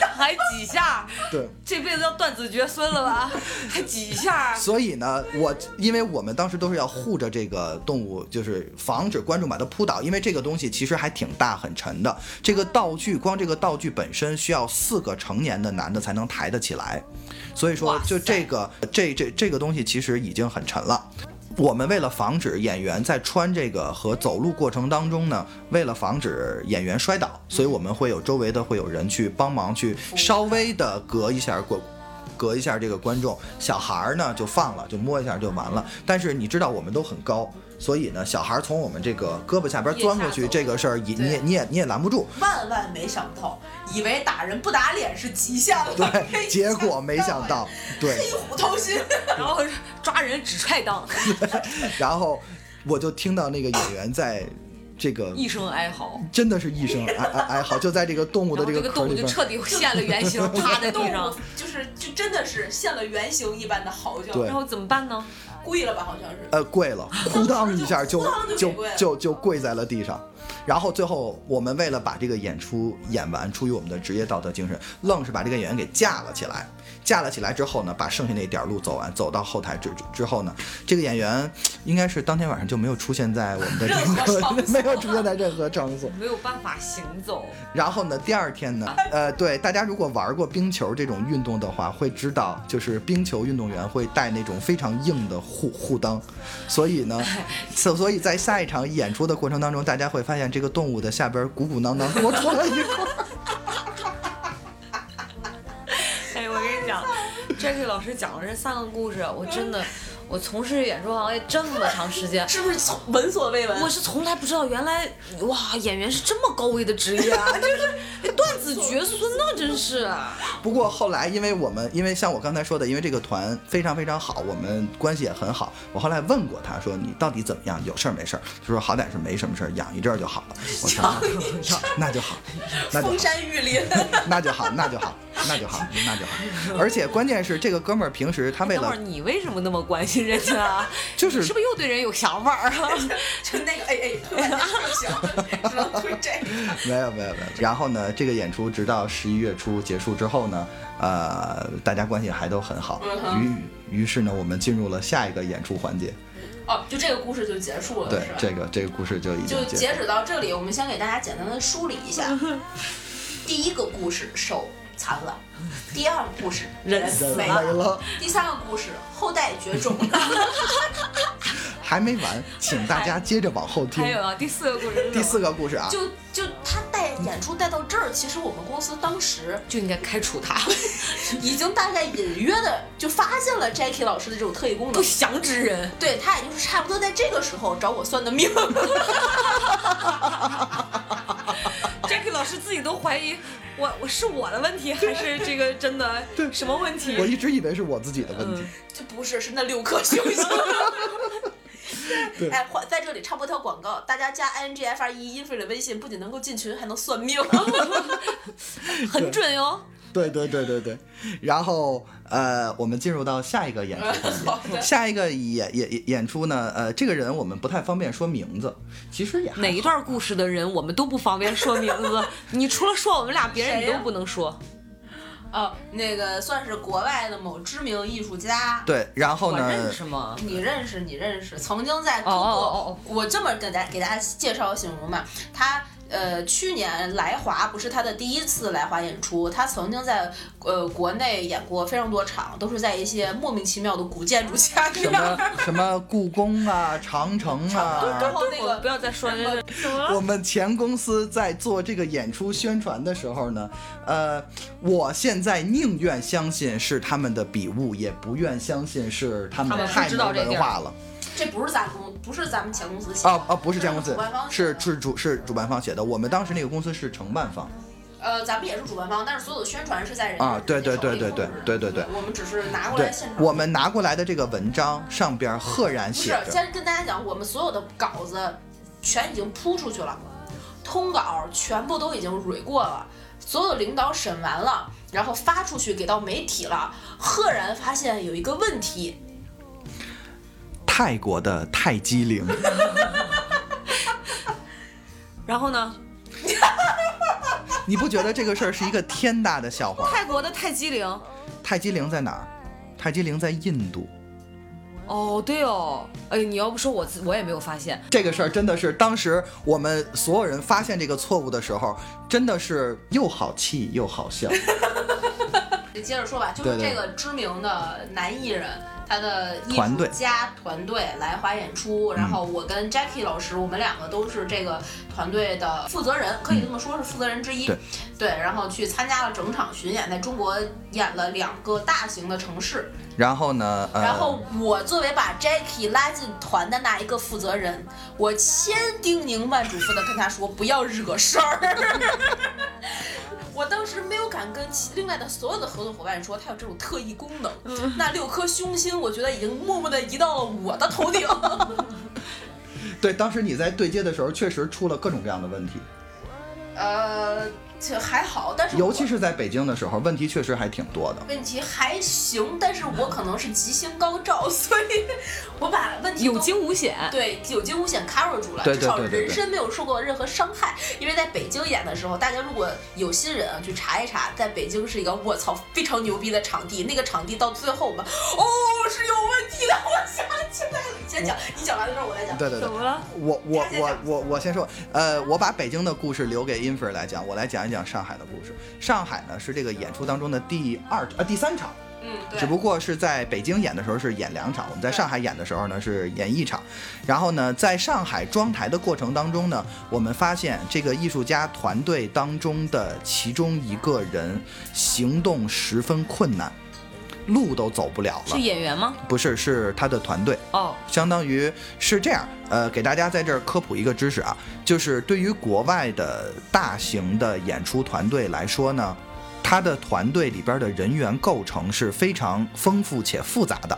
[LAUGHS] 还挤一下，
对，
这辈子要断子绝孙了吧？还挤一下，
所以呢，我因为我们当时都是要护着这个动物，就是防止观众把它扑倒，因为这个东西其实还挺大很沉的。这个道具光这个道具本身需要四个成年的男的才能抬得起来，所以说
哇塞
就这个这这这个东西其实已经很沉了。我们为了防止演员在穿这个和走路过程当中呢，为了防止演员摔倒，所以我们会有周围的会有人去帮忙去稍微的隔一下过。隔一下这个观众，小孩儿呢就放了，就摸一下就完了。但是你知道我们都很高，所以呢，小孩儿从我们这个胳膊下边钻过去，
腋下走
这个事儿也你
对
也你也你也拦不住。
万万没想到，以为打人不打脸是极限了，
对，结果没想
[LAUGHS]
到，对，
一虎头 [LAUGHS] 心。
然后抓人只踹裆，
然后我就听到那个演员在这个
一声哀嚎，
真的是一声哎哀哀哀嚎，就在这个动物
然后
的这
这个
个壳
动物
里
就
边。
彻底现了原形，趴在地
[LAUGHS]
动物
上。
就是就真的是现了原形一般的嚎叫。
对
然后怎么办呢？
跪了吧，好像是。
呃，跪了，
[LAUGHS]
裤裆一下就
裤
就
裆就给跪了
就就跪在了地上。然后最后，我们为了把这个演出演完，出于我们的职业道德精神，愣是把这个演员给架了起来。架了起来之后呢，把剩下那一点路走完，走到后台之之之后呢，这个演员应该是当天晚上就没有出现在我们的
任何
这
场
个，
所
[LAUGHS] 没有出现在任何场所。
没有办法行走，
然后呢，第二天呢，呃，对大家如果玩过冰球这种运动的话，会知道就是冰球运动员会带那种非常硬的护护裆，所以呢，所所以在下一场演出的过程当中，大家会发现这个动物的下边鼓鼓囊囊多出了一块。
哎，我跟你讲，Jackie 老师讲了这三个故事，我真的，我从事演出行业这么长时间，
是不是从闻所未闻？
我是从来不知道原来哇，演员是这么高危的职业啊！ [LAUGHS] 就是断子绝孙呐、真是。啊
不过后来，因为我们因为像我刚才说的，因为这个团非常非常好，我们关系也很好。我后来问过他说：“你到底怎么样？有事儿没事儿？”他说：“好歹是没什么事儿，养一阵儿就好了。”我说
养：“
[LAUGHS] 那就好，那就好。
风”山玉林，
[LAUGHS] 那就好，那就好，那就好，那就好。而且关键是，这个哥们儿平时他为
等会 [LAUGHS]
了
儿你为什么那么关心人家啊？
[LAUGHS] 就是
你是不是又对人有想法儿啊？
[LAUGHS] 就那个哎哎，推完不 [LAUGHS] 行，只能推这个。
没有没有没有。然后呢，这个演出直到十一月初结束之后呢，呃，大家关系还都很好。于于是呢，我们进入了下一个演出环节。
[LAUGHS] 哦，就这个故事就结束了，
对
是吧？，
这个这个故事就已经
嗯就
结束
截止到这里，我们先给大家简单的梳理一 [LAUGHS] 下。第一个故事手残了，第二个故事
人死
没
了，没了，
[LAUGHS] 第三个故事后代绝种了。
还没完，请大家接着往后听
还。有啊，第四个故事是什么，
第四个故事啊，
就就他带演出带到这儿，其实我们公司当时
就应该开除他，
已经大概隐约的就发现了 Jackie 老师的这种特异功能
不，祥之人。
对他也就是差不多在这个时候找我算的命。 [LAUGHS]
Jackie 老师自己都怀疑我我是我的问题，还是这个真
[LAUGHS]
的什么问题？
我一直以为是我自己的问题。
这不是，是那六颗星 [LAUGHS] 星。哎，换在这里插播条广告，大家加 i n g f r e 音飞的微信，不仅能够进群，还能算命。 [LAUGHS]
很准哟、
对对对对对，然后呃，我们进入到下一个演出环节，下一个演演演演出呢，呃，这个人我们不太方便说名字，其实也还
哪一段故事的人，我们都不方便说名字。 [LAUGHS] 你除了说我们俩，别人你
谁
都
呀
不能说。
哦，那个算是国外的某知名艺术家。
对，然后
我认
呢，
识吗？
你认识，你认
嗯
识，曾经在中国，
哦哦哦
我这么给大家给大家介绍形容吧，他。呃，去年来华不是他的第一次来华演出，他曾经在呃国内演过非常多场，都是在一些莫名其妙的古建筑下
[LAUGHS]
面
什。么什么故宫啊，长城
然
啊。
后那
我不
个
要再说这个什么
我们前公司在做这个演出宣传的时候呢，呃，我现在宁愿相信是他们的笔误，也不愿相信是
他
他们
们不
太
知
没
道这
文
地儿
化了。
这不是咱公，不是咱们前公司写的
啊啊，不是前公司
主办方，写
是
的
是主是主办方写的。我们当时那个公司是承办方。
呃，咱们也是主办方，但是所有的宣传是在人家
啊对对
手里
对对
控制的
对对对对
我们只是拿过
对
来现，场。
我们拿过来的这个文章上边赫然
不
写
是，
着，
先跟大家讲，我们所有的稿子全已经铺出去了，通稿全部都已经蕊过了，所有的领导审完了，然后发出去给到媒体了，赫然发现有一个问题，
泰国的泰姬陵， [LAUGHS]
然后呢，
你不觉得这个事儿是一个天大的笑话？
泰国的泰姬陵。
泰姬陵在哪儿？泰姬陵在印度。
哦，对哦，哎，你要不说我自我也没有发现。
这个事儿真的是，当时我们所有人发现这个错误的时候，真的是又好气又好笑。 [LAUGHS]
你接着说吧，就
对
是
对
这个知名的男艺人。他的艺
团
术
队嗯
家团队来华演出，然后我跟 Jackie 老师，我们两个都是这个团队的负责人，可以这么说是负责人之一。
嗯对
对，然后去参加了整场巡演，在中国演了两个大型的城市，
然后呢，呃，
然后我作为把 Jackie 拉进团的那一个负责人，我千叮咛万嘱咐的跟他说不要惹事儿。 [LAUGHS] 我当时没有敢跟其另外的所有的合作伙伴说他有这种特异功能，那六颗凶心我觉得已经默默的移到了我的头顶。
对，当时你在对接的时候，确实出了各种各样的问题。
[LAUGHS] 呃，这还好，但是
尤
我
其是在北京的时候，问题确实还挺多的。
问题还行，但是我可能是吉星高照，所以我把问题都
有惊无险。
[LAUGHS] 对有惊无险 cover 住了，
对对
至少
对对对
人身没有受过任何伤害。因为在北京演的时候，大家如果有心人啊去查一查，在北京是一个我操非常牛逼的场地，那个场地到最后吧，哦是有问题的，我想起来了，你先讲，你讲完了之后我来讲。
对对对
怎，么了？
我我
他先
我
讲
我我先说，呃，我把北京的故事留给英菲儿来讲，我来讲一讲上海的故事。上海呢是这个演出当中的第二呃第三场，
嗯，
只
对。
不过是在北京演的时候是演两场，我们在
对
上海演的时候呢是演一场。然后呢，在上海装台的过程当中呢，我们发现这个艺术家团队当中的其中一个人行动十分困难，路都走不了
是
了。
演员吗？
不是，是他的团队。
哦，
相当于是这样，呃，给大家在这儿科普一个知识啊，就是对于国外的大型的演出团队来说呢，它的团队里边的人员构成是非常丰富且复杂的，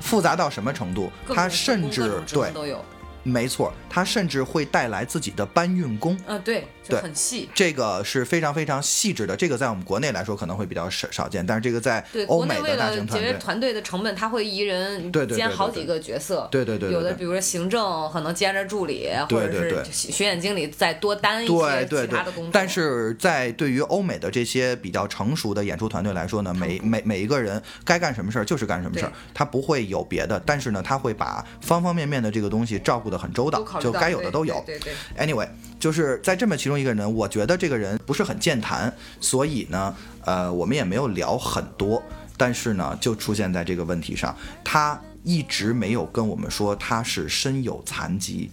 复杂到什么程度？
各种
它
职
甚
工各
至
种职工
对，
都有。
没错，它甚至会带来自己的搬运工。
啊，对，就
对
很细。
这个是非常非常细致的，这个在我们国内来说可能会比较少少见，但是这个在
对，
欧
国内
美
为
的大
了
型
节
团
约
队，
团队的成本，他会一人
对对对
兼好
对对
几个角色。
对对对对
有的
对
比如说行政可能兼着助理，
对
或
对
者
对
是巡演经理再多担一
对
些
对
其
对
他的工作。，
但是在对于欧美的这些比较成熟的演出团队来说呢，每每每一个人该干什么事儿就是干什么事儿
对，
他不会有别的，但是呢，他会把方方面面的这个东西照顾得很周
都
到
考，虑
就
到
该有的
对
都
对
有。
对对，
Anyway，就是在这么其中一个人，我觉得这个人不是很健谈，所以呢，呃，我们也没有聊很多，但是呢，就出现在这个问题上，他一直没有跟我们说他是身有残疾，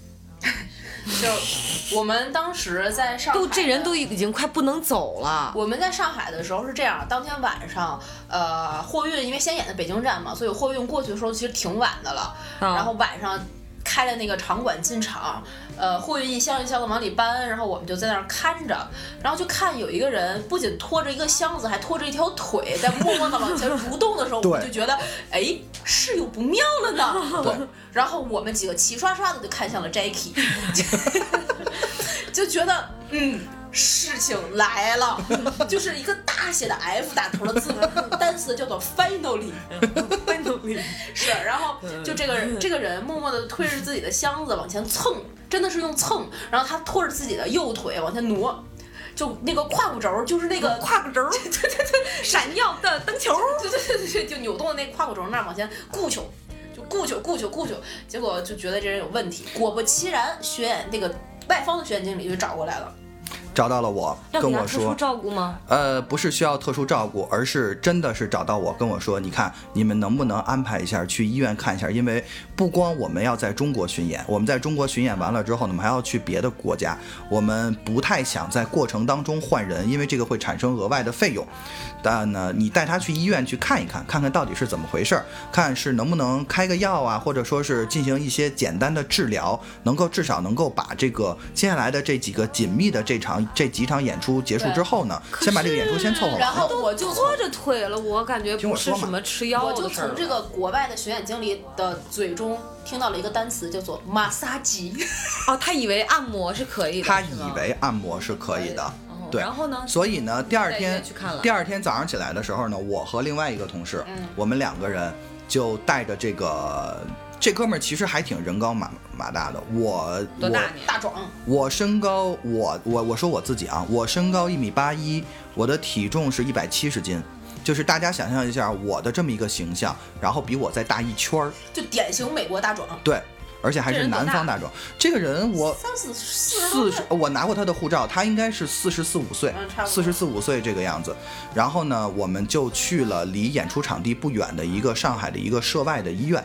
就我们当时在上海
都这人
的
都已经快不能走了。
我们在上海的时候是这样，当天晚上，呃，货运因为先演的北京站嘛，所以货运过去的时候其实挺晚的了。
啊
嗯
然后晚上开着那个场馆进场，呃，货运一箱一箱的往里搬，然后我们就在那儿看着，然后就看有一个人不仅拖着一个箱子，还拖着一条腿，在默默的
[LAUGHS]
往前蠕动的时候，我
对
们就觉得，哎，事有不妙了呢。
对
然后我们几个齐刷刷的就看向了 Jacky，就觉得嗯，事情来了， [LAUGHS] 就是一个大写的 F 打头的字母，单词叫做 finally。是，然后就这个 [LAUGHS] 人，这个人默默地推着自己的箱子往前蹭，真的是用蹭，然后他拖着自己的右腿往前挪，就那个哦胯骨轴儿，就是那个
胯骨轴
[LAUGHS]
儿，对对对，闪耀的灯球儿，
对对对 [LAUGHS] 对，就扭动的那胯骨轴那儿往前顾求，就顾求顾求顾求，结果就觉得这人有问题。果不其然，学演那个外方的学演经理就找过来了，
找到了我，
要
跟
给他
我
特
说
殊。照顾吗？
呃，不是需要特殊照顾，而是真的是找到我跟我说，你看你们能不能安排一下去医院看一下？因为不光我们要在中国巡演，我们在中国巡演完了之后呢，我们还要去别的国家，我们不太想在过程当中换人，因为这个会产生额外的费用。但呢，你带他去医院去看一看，看看到底是怎么回事儿，看是能不能开个药啊，或者说是进行一些简单的治疗，能够至少能够把这个接下来的这几个紧密的这场这几场演出结束之后呢，先把这个演出先
哦
凑合
然
完。
后我就从
拖着腿了，我感觉
听
不
我
是
说嘛
什么吃药
我
的
就
事儿
从这
了。
个国外的学演经理的嘴中听到了一个单词，叫做马杀鸡。
哦，他以为按摩是可以的，
他
是
以
吗
为按摩是可以的，
哦
对
然后呢？
所以呢，第二
在医
天
院嗯去看了嗯
第二天早上起来的时候呢，我和另外一个同事，我们两个人就带着这个这哥们儿，其实还挺人高马马大的，我
多
我
大年？
大壮，
我身高，我我我说我自己啊，我身高一米八一，我的体重是一百七十斤，就是大家想象一下我的这么一个形象，然后比我再大一圈儿，
就典型美国大壮，
对，而且还是南方大壮。这个人我
三四四十多
四十，我拿过他的护照，他应该是四十四五岁
嗯差，不
四
多
十四五岁这个样子。然后呢，我们就去了离演出场地不远的一个上海的一个涉外的医院，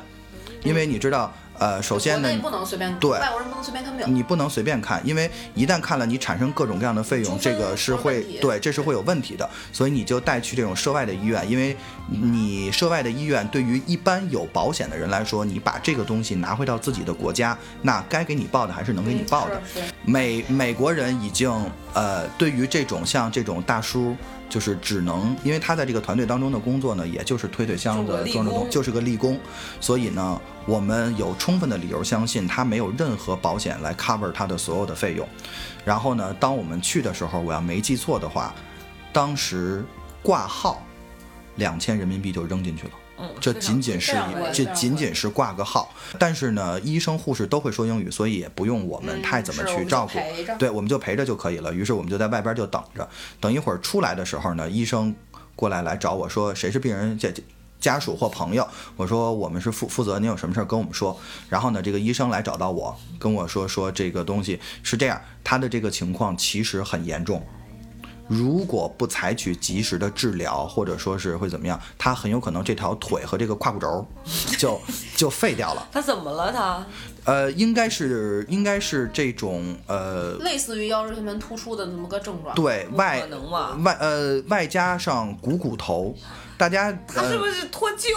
因为你知道，呃，首先呢
嗯国内。不能随便，
对
外国人不能随便看病。
你不能随便看，因为一旦看了你产生各种各样的费用，
纠纷
这个是
或者
会
问题
对，这是会有问题的。所以你就带去这种涉外的医院，因为你涉外的医院对于一般有保险的人来说，你把这个东西拿回到自己的国家，那该给你报的还是能给你报的。
是是
美美国人已经呃，对于这种像这种大叔，就是只能，因为他在这个团队当中的工作呢，也就是推推箱子
做个、力
装着
工
东，就是个力工，所以呢，我们有充分的理由相信它没有任何保险来 cover 它的所有的费用。然后呢，当我们去的时候，我要没记错的话，当时挂号两千人民币就扔进去了。
嗯，
这
非常
仅仅是
非常贵
这
非常
仅
贵
仅是挂个号，但是呢，医生护士都会说英语，所以也不用我们太怎么
嗯是我
去
们就
照顾
陪着，
对，我们就陪着就可以了。于是我们就在外边就等着，等一会儿出来的时候呢，医生过来来找我说谁是病人这。这家属或朋友，我说我们是负负责，您有什么事儿跟我们说。然后呢，这个医生来找到我，跟我说说这个东西是这样，他的这个情况其实很严重，如果不采取及时的治疗，或者说是会怎么样，他很有可能这条腿和这个胯骨轴 [LAUGHS] 就就废掉了。
他怎么了他？
呃，应该是应该是这种呃，
类似于腰椎间盘突出的那么个症状。，
对外
可能吧
外呃外加上股骨头，大家
他是
呃
不是脱臼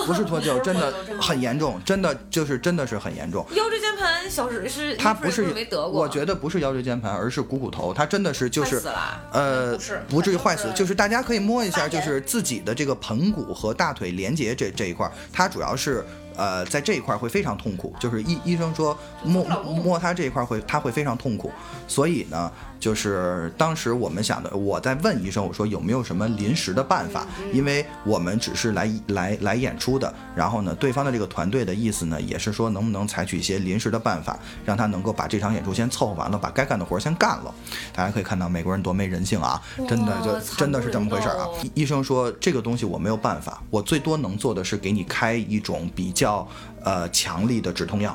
了？
不是脱臼，真的
不是脱臼
很严重，真的就是真的是很严重。
腰椎间盘小时是
他
一会儿
不
一会
是
儿没得过，
我觉得不是腰椎间盘，而是股骨头，他真的是就
快
是
死了。
呃，
不是
不至于坏死
反，正是
就是大家可以摸一下，
发
就
炎
是自己的这个盆骨和大腿连接这这一块儿，它主要是呃在这一块儿会非常痛苦，就是医医生说摸
老公
摸它这一块儿会它会非常痛苦，所以呢，就是当时我们想的，我在问医生，我说有没有什么临时的办法，
嗯
因为我们只是来来来演出的，然后呢，对方的这个团队的意思呢，也是说能不能采取一些临时的办法，让他能够把这场演出先凑合完了，把该干的活儿先干了。大家可以看到美国人多没人性啊，真的
哇
就
惨
真的是这么回事儿啊
不忍。
医医生说这个东西我没有办法，我最多能做的是给你开一种比较呃强力的止痛药。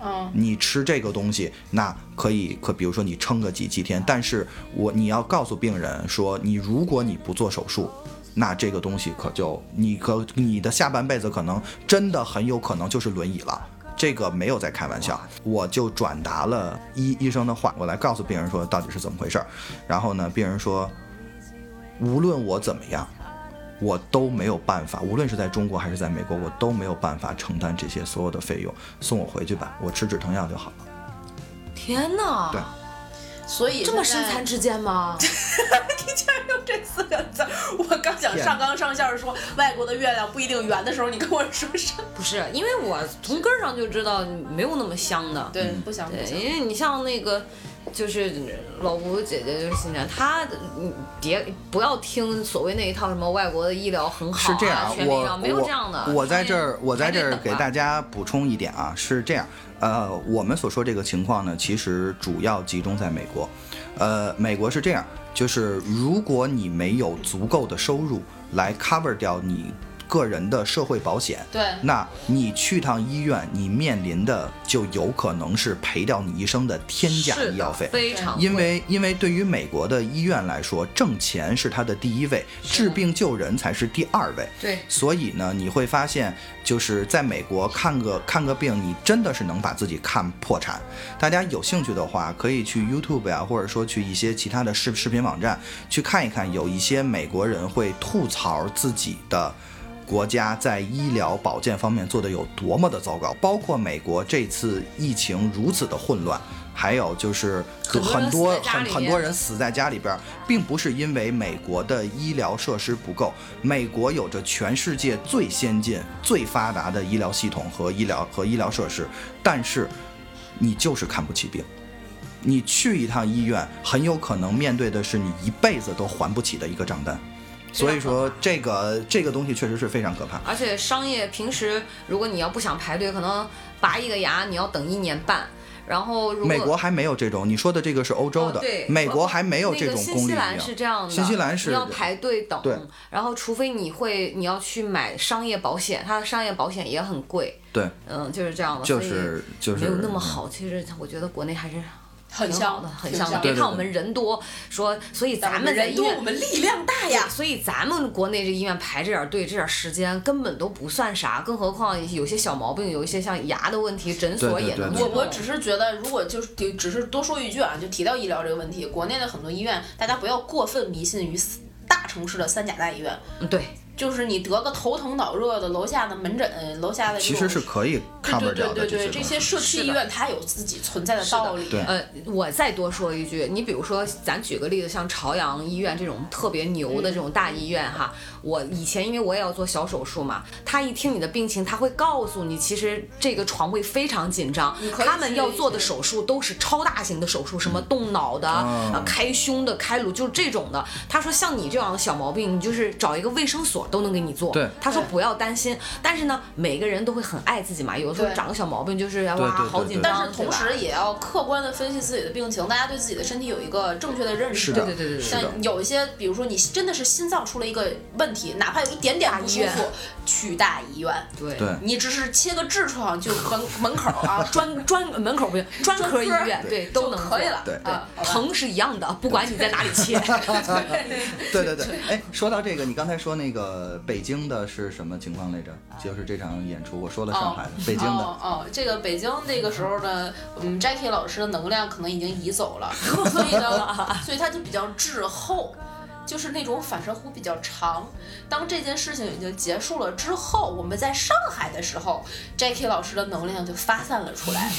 嗯，
你吃这个东西，那可以可比如说你撑个几几天，但是我你要告诉病人说，你如果你不做手术，那这个东西可就你可你的下半辈子可能真的很有可能就是轮椅了。这个没有在开玩笑，我就转达了医医生的话，我来告诉病人说到底是怎么回事儿。然后呢，病人说，无论我怎么样，我都没有办法，无论是在中国还是在美国，我都没有办法承担这些所有的费用，送我回去吧，我吃止疼药就好了。
天哪！
对
所以
这么
现
身
在
残志坚吗？
你竟然用 [LAUGHS] 这四个字儿！我刚想
天
上纲上线儿说外国的月亮不一定圆的时候，你跟我说啥？
不是，因为我从根儿上就知道没有那么香的。
对，
嗯
不想不
对，
想。
因为你像那个，就是老吴姐姐就是新人，她嗯别不要听所谓那一套什么外国的医疗很好、
是
啊，
这样啊，
全民医疗
我
没有这样的。
我我在这儿，我在这儿给大
家
家补充一点啊，是这样，呃，我们所说这个情况呢，其实主要集中在美国，呃，美国是这样，就是如果你没有足够的收入来 cover 掉你个人的社会保险，
对，
那你去趟医院，你面临的就有可能是赔掉你一生的天价医药费。
非常
因为因为对于美国的医院来说，挣钱是它的第一位，治病救人才是第二位。
对
所以呢，你会发现，就是在美国看个看个病，你真的是能把自己看破产。大家有兴趣的话，可以去 YouTube 啊，或者说去一些其他的视视频网站去看一看，有一些美国人会吐槽自己的。国家在医疗保健方面做得有多么的糟糕，包括美国这次疫情如此的混乱，还有就是
很多人
很多
死在家
很
里
很
面
多人死在家里边儿，并不是因为美国的医疗设施不够，美国有着全世界最先进、最发达的医疗系统和医疗和医疗设施，但是你就是看不起病。你去一趟医院，很有可能面对的是你一辈子都还不起的一个账单，所以说这个这个东西确实是非常可怕。
而且商业平时，如果你要不想排队，可能拔一个牙你要等一年半。然后如果
美国还没有这种，你说的这个是欧洲
哦
的，
对
美国还没有
那
这
个
种
新
公立
西
医
兰
院。
是这样的，
新西兰是
你要排队等，
对
然后除非你会你要去买商业保险，它的商业保险也很贵，
对，
嗯，就是这样的，
就
所
是
以
就
没
是嗯
有那么好。其实我觉得国内还是。
很
挺好
像
的，很
挺
像的。
像
别
对对
看我们人多，说所以咱们在
人
医
多，
院
我们力量大呀。
所以咱们国内这医院排这点儿队、这点儿时间根本都不算啥，更何况有些小毛病，有一些像牙的问题，诊所
对对
也
对
能
对
去
我
弄
我只是觉得，如果就是就只是多说一句啊，就提到医疗这个问题，国内的很多医院，大家不要过分迷信于四大城市的三甲大医院，
嗯对
就是你得个头疼脑热的，楼下的门诊，楼下的这
其
种
实是可以
对
cover
对
掉
对
的
对对，
这
这
些东西。
些社区医院它有自己存在的道理。
对
呃，我再多说一句，你比如说，咱举个例子，像朝阳医院这种特别牛的这种大医院哈，我以前因为我也要做小手术嘛，他一听你的病情，他会告诉你，其实这个床位非常紧张
你，可以
他们
去
要做的手术都是超大型的手术，
嗯
什么动脑的、
哦
啊、开胸的、开颅，就是这种的。他说像你这样的小毛病，你就是找一个卫生所都能给你做。
对
他说
对
不要担心，但是呢，每个人都会很爱自己嘛，有的时候
对
长个小毛病就是哎哇，
对对对
好紧张，
对
但是同
对吧
时也要客观的分析自己的病情，大家对自己的身体有一个正确的认识。
是的，
对对对对对
是的。
像有一些，比如说你真的是心脏出了一个问题，哪怕有一点点不舒
大医
服，去大医院。
对
对
你只是切个痔疮就门门口啊，
[LAUGHS]
专专门口不行，专科医院对都
就
能
可以
做
了。
对
啊，好吧
疼是一样的，不管你在哪里切。
对对对，哎，说到这个，你刚才说那个北京的是什么情况来着？就是这场演出，我说了上海的，北京的，
哦哦，这个北京那个时候呢，嗯，Jackie 老师的能量可能已经移走了，所以呢，所以他就比较滞后，就是那种反射弧比较长。当这件事情已经结束了之后，我们在上海的时候，Jackie 老师的能量就发散了出来，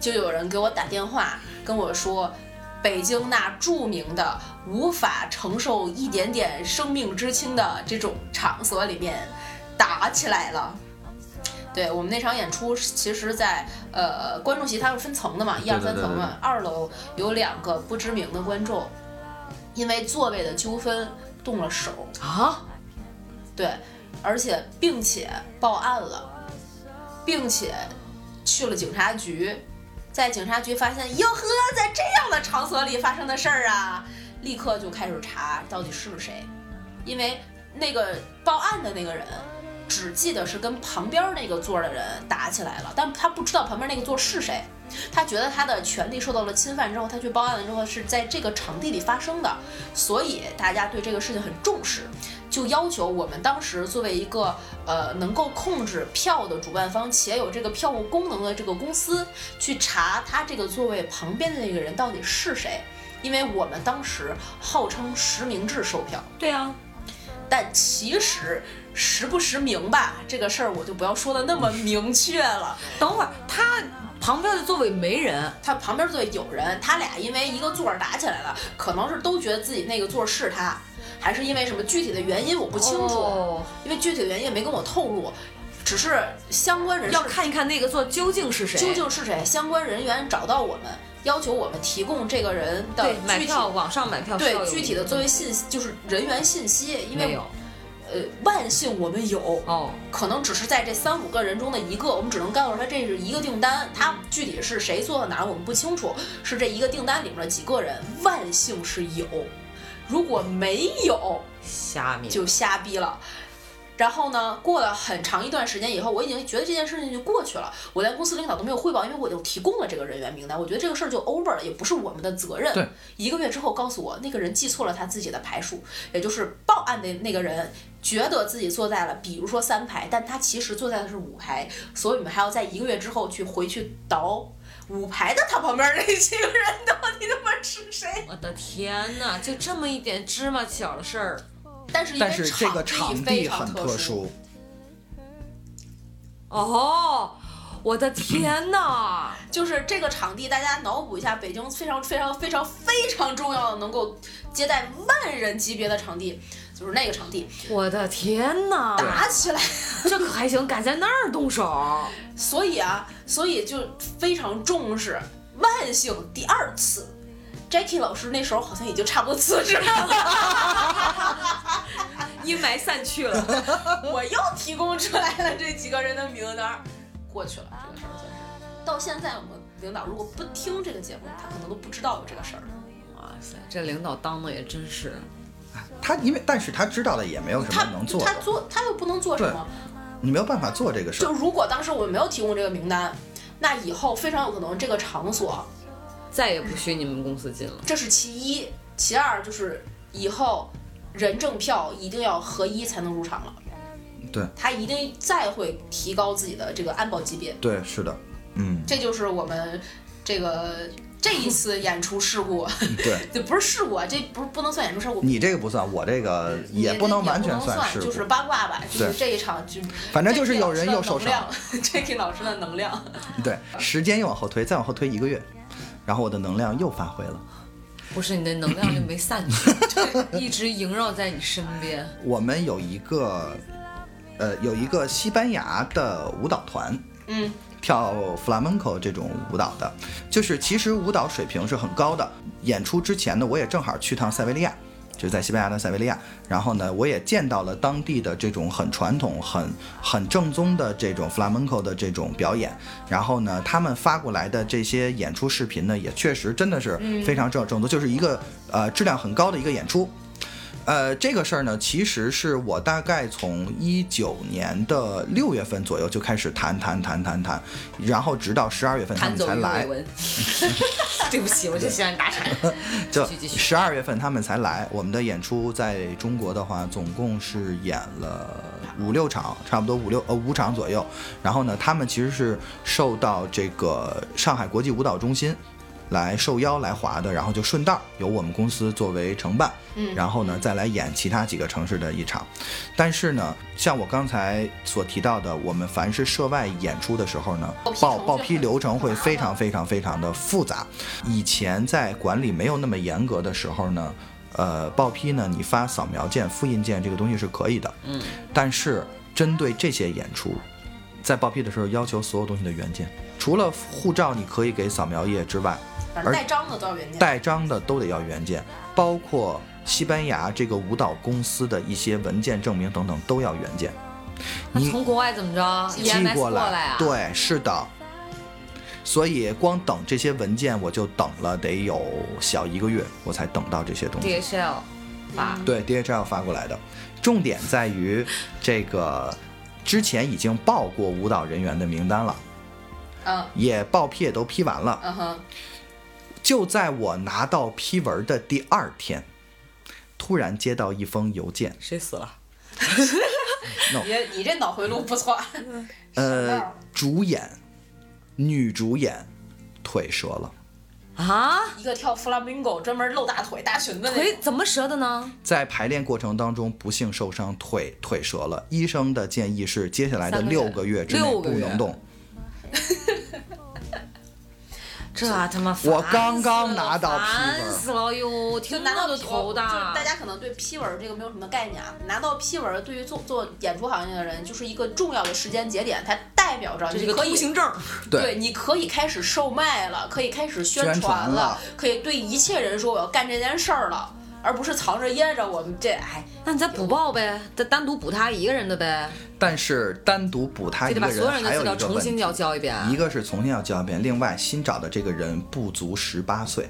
就有人给我打电话跟我说。北京那著名的无法承受一点点生命之轻的这种场所里面打起来了，对我们那场演出是，其实在，呃观众席它是分层的嘛，一
对
二
对
三
对
层
对
嘛，二楼有两个不知名的观众，因为座位的纠纷动了手，
啊，
对，而且并且报案了，并且去了警察局，在警察局发现哟呵，在这样的场所里发生的事儿啊，立刻就开始查到底是谁，因为那个报案的那个人。只记得是跟旁边那个座儿的人打起来了，但他不知道旁边那个座儿是谁。他觉得他的权利受到了侵犯之后，他去报案了之后是在这个场地里发生的，所以大家对这个事情很重视，就要求我们当时作为一个呃能够控制票的主办方且有这个票务功能的这个公司，去查他这个座位旁边的那个人到底是谁，因为我们当时号称实名制售票。
对啊，
但其实实不实名吧，这个事儿我就不要说的那么明确了。
等会儿他旁边的座位没人，
他旁边座位有人，他俩因为一个座儿打起来了，可能是都觉得自己那个座儿是他，还是因为什么具体的原因我不
不
清楚，因为具体的原因也没跟我透露，只是相关人士
要看一看那个座究竟是谁，
究竟是谁，相关人员找到我们，要求我们提供这个人的
对买
具体
票网上买票
对具体的座位信息，就是人员信息，因
没
为
有
呃万幸我们有，
哦，
可能只是在这三五个人中的一个，我们只能告诉他这是一个订单，
嗯
他具体是谁坐到哪儿我们不清楚，是这一个订单里面的几个人，万幸是有，如果没有
下面
就瞎逼了。然后呢，过了很长一段时间以后，我已经觉得这件事情就过去了，我连公司领导都没有汇报，因为我就提供了这个人员名单，我觉得这个事儿就 over 了，也不是我们的责任。
对，
一个月之后告诉我，那个人记错了他自己的排数，也就是报案的那个人觉得自己坐在了，比如说三排，但他其实坐在的是五排，所以我们还要在一个月之后去回去倒五排的他旁边那几个人到底他妈是谁？
我的天哪，就这么一点芝麻小的事儿，
但是因
但
为
是这个场
非
地
常
很特殊，
哦，我的天
[LAUGHS]
哪，
就是这个场地，大家脑补一下，北京非常非常非常非常重要的能够接待万人级别的场地，就是那个场地
我的天哪，
打起来，
这可还行，敢在那儿动手。 [LAUGHS]
所以啊，所以就非常重视。万幸第二次，Jackie 老师那时候好像已经差不多辞职了，
阴霾散去了，
[LAUGHS] 我又提供出来了这几个人的名单，过去了，这个事儿算是。到现在，我们领导如果不听这个节目，他可能都不知道有这个事儿。
哇塞，这领导当的也真是。
他因为但是他知道了也没有什
他
么能做
他
的，
做他又不能做什么。
你没有办法做这个事
就
儿。
如果当时我没有提供这个名单，那以后非常有可能这个场所，
再也不许你们公司进了。
这是其一，其二就是以后人证票一定要合一才能入场了。
对，
他一定再会提高自己的这个安保级别，
对，是的，嗯，
这就是我们这个这一次演出事
[LAUGHS]
故，
嗯对，
这 [LAUGHS] 不是事故啊，这不是不能算演出事故。
你这个不算，我这个也不能完全
算，
事故，
就是八卦吧，就是
对
这一场就，
反正就是有人又受伤
[LAUGHS] j a c k i e 老师的能量，
对，时间又往后推，再往后推一个月，然后我的能量又发挥了。
不是你的能量就没散
[LAUGHS]
去，对一直萦绕在你身边。
我们有一个，呃，有一个西班牙的舞蹈团，
嗯，
跳 flamenco 这种舞蹈的，就是其实舞蹈水平是很高的。演出之前呢，我也正好去趟塞维利亚，就是在西班牙的塞维利亚。然后呢，我也见到了当地的这种很传统、很很正宗的这种 flamenco 的这种表演。然后呢，他们发过来的这些演出视频呢，也确实真的是非常正正宗，就是一个呃质量很高的一个演出。呃，这个事儿呢，其实是我大概从一九年的六月份左右就开始谈谈谈谈谈，然后直到十二月份他
弹
们
走
才
鱼尾
来，
纹。 [LAUGHS] 对不起，我就喜欢打岔。
[LAUGHS] 就
继续继续
十二月份他们才来。我们的演出在中国的话，总共是演了五六场，差不多五六呃五场左右。然后呢，他们其实是受到这个上海国际舞蹈中心来受邀来华的，然后就顺道由我们公司作为承办，
嗯
然后呢再来演其他几个城市的一场。但是呢，像我刚才所提到的，我们凡是涉外演出的时候呢
报批，
报
程序
报批
很
流程会
麻
非
烦
常非常非常的复杂。以前在管理没有那么严格的时候呢，呃，报批呢，你发扫描件、复印件这个东西是可以的，嗯，但是针对这些演出，在报批的时候要求所有东西的原件，除了护照你可以给扫描页之外，
反
而
正带章的都要原件。
带章的都得要原件，包括西班牙这个舞蹈公司的一些文件证明等等都要原件。
那
你
从国外怎么着 E
寄
？EMS
过
来啊？，
对，是的。所以光等这些文件，我就等了得有小一个月，我才等到这些东西。
，DHL
嗯
发。
对，DHL 发过来的。重点在于这个之前已经报过舞蹈人员的名单了，
嗯
也报批也都批完了。
嗯哼，
就在我拿到批文的第二天，突然接到一封邮件，
谁死了？
你你这脑回路不错。
呃
到，
主演女主演腿折了。
啊？
[LAUGHS] 一个跳 flamingo 专门露大腿大裙子那
腿
种，
怎么折的呢？
在排练过程当中不幸受伤，腿腿折了。医生的建议是，接下来的
三个月
六个月之内
六个
不
月
能动。
这他妈烦
我刚刚拿到批
烦
文，
死了哟！听
拿
到
到
就
批
头
文就是
大。
大家可能对批文这个没有什么概念啊，拿到批文对于做做演出行业的人就是一个重要的时间节点，它代表着
这是
你
个
可以嗯
通行证，
对
你可以开始售卖了，可以开始宣
宣传
了，
了
可以对一切人说我要干这件事儿了，而不是藏着掖着。我们这哎，
那你再补报呗，再单独补他一个人的呗，
但是单独补他
非
一
得
个
把所有人的
还
资
有一
料
个
重
问
新
题，
要交一遍。
一个是重新要交一遍，另外新找的这个人不足十八岁。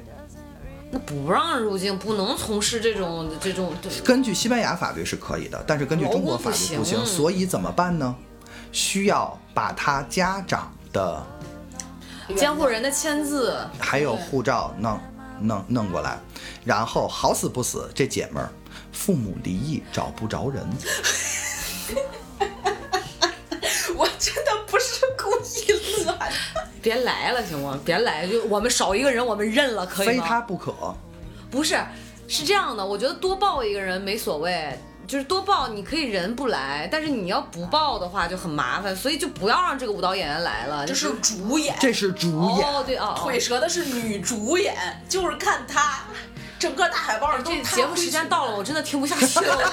那不让入境，不能从事这种这种。对
根据西班牙法律是可以的，但是根据中国法律
劳
不
工不
行，
行
所以怎么办呢？需要把他家长的
监护人的签字，
还有护照弄弄弄过来，然后好死不死，这姐们儿父母离异找不着人，
我真的不是故意乐的。
别来了行吗？别来，就我们少一个人，我们认了，可以
非
吗？
他不可。
不是，是这样的，我觉得多报一个人没所谓，就是多报你可以人不来，但是你要不报的话就很麻烦，所以就不要让这个舞蹈演员来了。
这
就是
主演，
这是主演，
哦，对哦，哦
腿折的是女主演，就是看她，整个大海报上都
这
是她
节目时间到了，我真的听不下去了，我真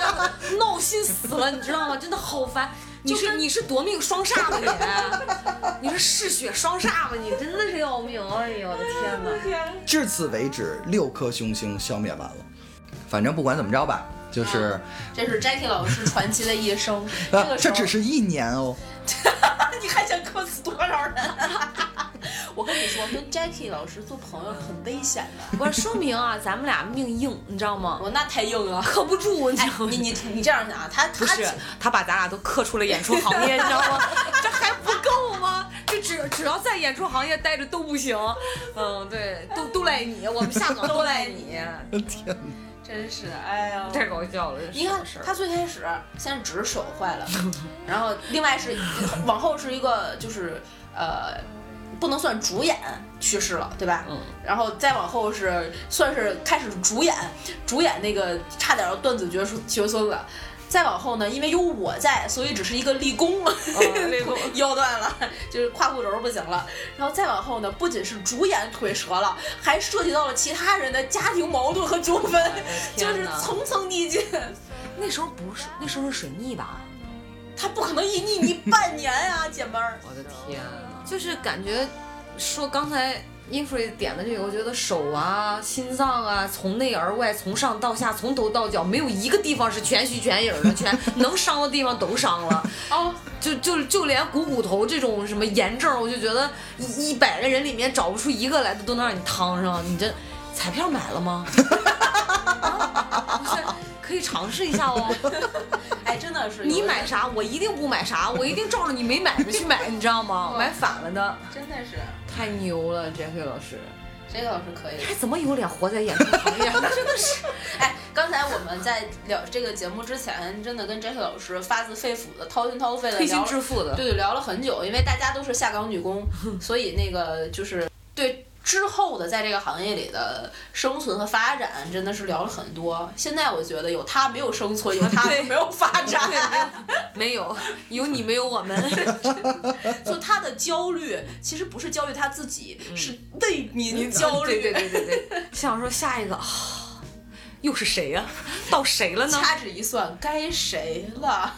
的闹心死了，你知道吗？真的好烦。你是你是夺命双煞吧你？你是嗜血双煞吧你？真的是要命！哎呦我的天 [LAUGHS] 哪！
至此为止，六颗凶星消灭完了。反正不管怎么着吧，就是、
这是 Jackie 老师传奇的一 [LAUGHS] 生。
嗯
这
呃，
个时
这
候
只是一年哦。
[LAUGHS] 你还想克死多少人？ [LAUGHS] 我跟你说，跟 Jackie 老师做朋友很危险的。
我说明啊，咱们俩命硬，你知道吗？
[LAUGHS] 我那太硬了。
克不住，你知
哎
道吗？，
你你你这样想啊，他他
不是，他把咱俩都克出了演出行业，你知道吗？这还不够吗？这只只要在演出行业待着都不行。嗯，对，都都赖你，我们下岗都赖你，嗯
真是哎呀。
太搞笑了。这
你看
事儿
他最开始先只是手坏了，然后另外是往后是一个就是呃不能算主演去世了，对吧？
嗯。
然后再往后是算是开始主演，主演那个差点要断子绝孙绝孙了。再往后呢，因为有我在，所以只是一个立功了，
哦立功
[LAUGHS] 腰断了，就是胯骨轴不行了。然后再往后呢，不仅是主演腿折了，还涉及到了其他人的家庭矛盾和纠纷， [LAUGHS] 就
哎天
是
哪
层层递进。
那时候不是，那时候是水逆吧？
他不可能一腻腻半年啊，姐妹
[LAUGHS]
儿。
我的天呐，就是啊感觉说刚才 Infree 点的这个，我觉得手啊、心脏啊，从内而外，从上到下，从头到脚，没有一个地方是全虚全影儿的，全 [LAUGHS] 能伤的地方都伤了。
哦，
就就就连股骨头这种什么炎症，我就觉得一一百个人里面找不出一个来的都能让你趟上，你这彩票买了吗？ [LAUGHS] 啊不是，可以尝试一下哦。
哎，真的是有的
你买啥，我一定不买 [LAUGHS] 啥，我一定照着你没买的去买，你知道吗？买反了的，
真的是
哦太牛了，J.K. 老师，
这个倒是可以的
他哎怎么有脸活在演出行业？真的是，
哎，刚才我们在聊这个节目之前，真的跟 Jacky 老师发自肺腑的掏心掏肺的
推心
聊，
置腹 [LAUGHS] 的。
对对，聊了很久，因为大家都是下岗
[LAUGHS]
女工，所以那个就是对之后的在这个行业里的生存和发展，真的是聊了很多。现在我觉得有他没有生存，有他 [LAUGHS] 就没有发
[LAUGHS]
展。
没有，有你没有我 [LAUGHS] 们，
[LAUGHS] 就他的焦虑，其实不是焦虑他自己，是为民焦虑。
嗯 [LAUGHS] 对对对对对，想说下一个，啊、又是谁呀、到谁了呢？
掐指一算，该谁 [LAUGHS] 了？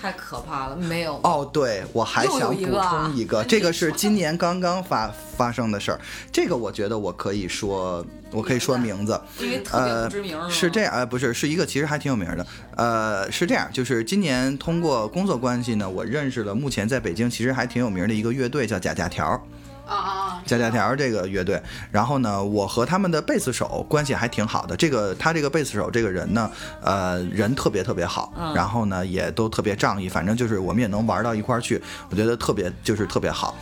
太可怕了，没有。
哦，对，我还
又有
想补
一个啊
充一个，这个是今年刚刚发发生的事儿。这个我觉得我可以说，我可以说名字。
因为特别
呃
不知名、，
是这样，呃，不是，是一个其实还挺有名儿的，呃，是这样，就是今年通过工作关系呢，我认识了目前在北京其实还挺有名儿的一个乐队，叫贾家条儿。
啊啊啊！
贾家条儿这个乐队，然后呢，我和他们的贝斯手关系还挺好的。这个他这个贝斯手这个人呢，呃，人特别特别好，然后呢也都特别仗义，反正就是我们也能玩到一块儿去，我觉得特别就是特别好。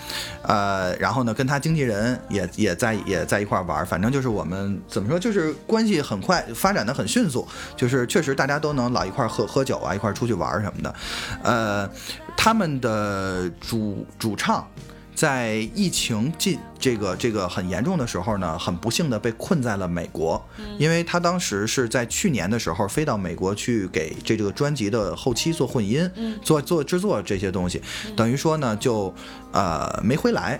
呃，然后呢，跟他经纪人也也在也在一块儿玩儿，反正就是我们怎么说，就是关系很快发展的很迅速，就是确实大家都能老一块儿喝喝酒啊，一块儿出去玩儿什么的。呃，他们的主主唱。在疫情进这个这个很严重的时候呢，很不幸的被困在了美国，因为他当时是在去年的时候飞到美国去给这这个专辑的后期做混音，做做制作这些东西，等于说呢就呃没回来，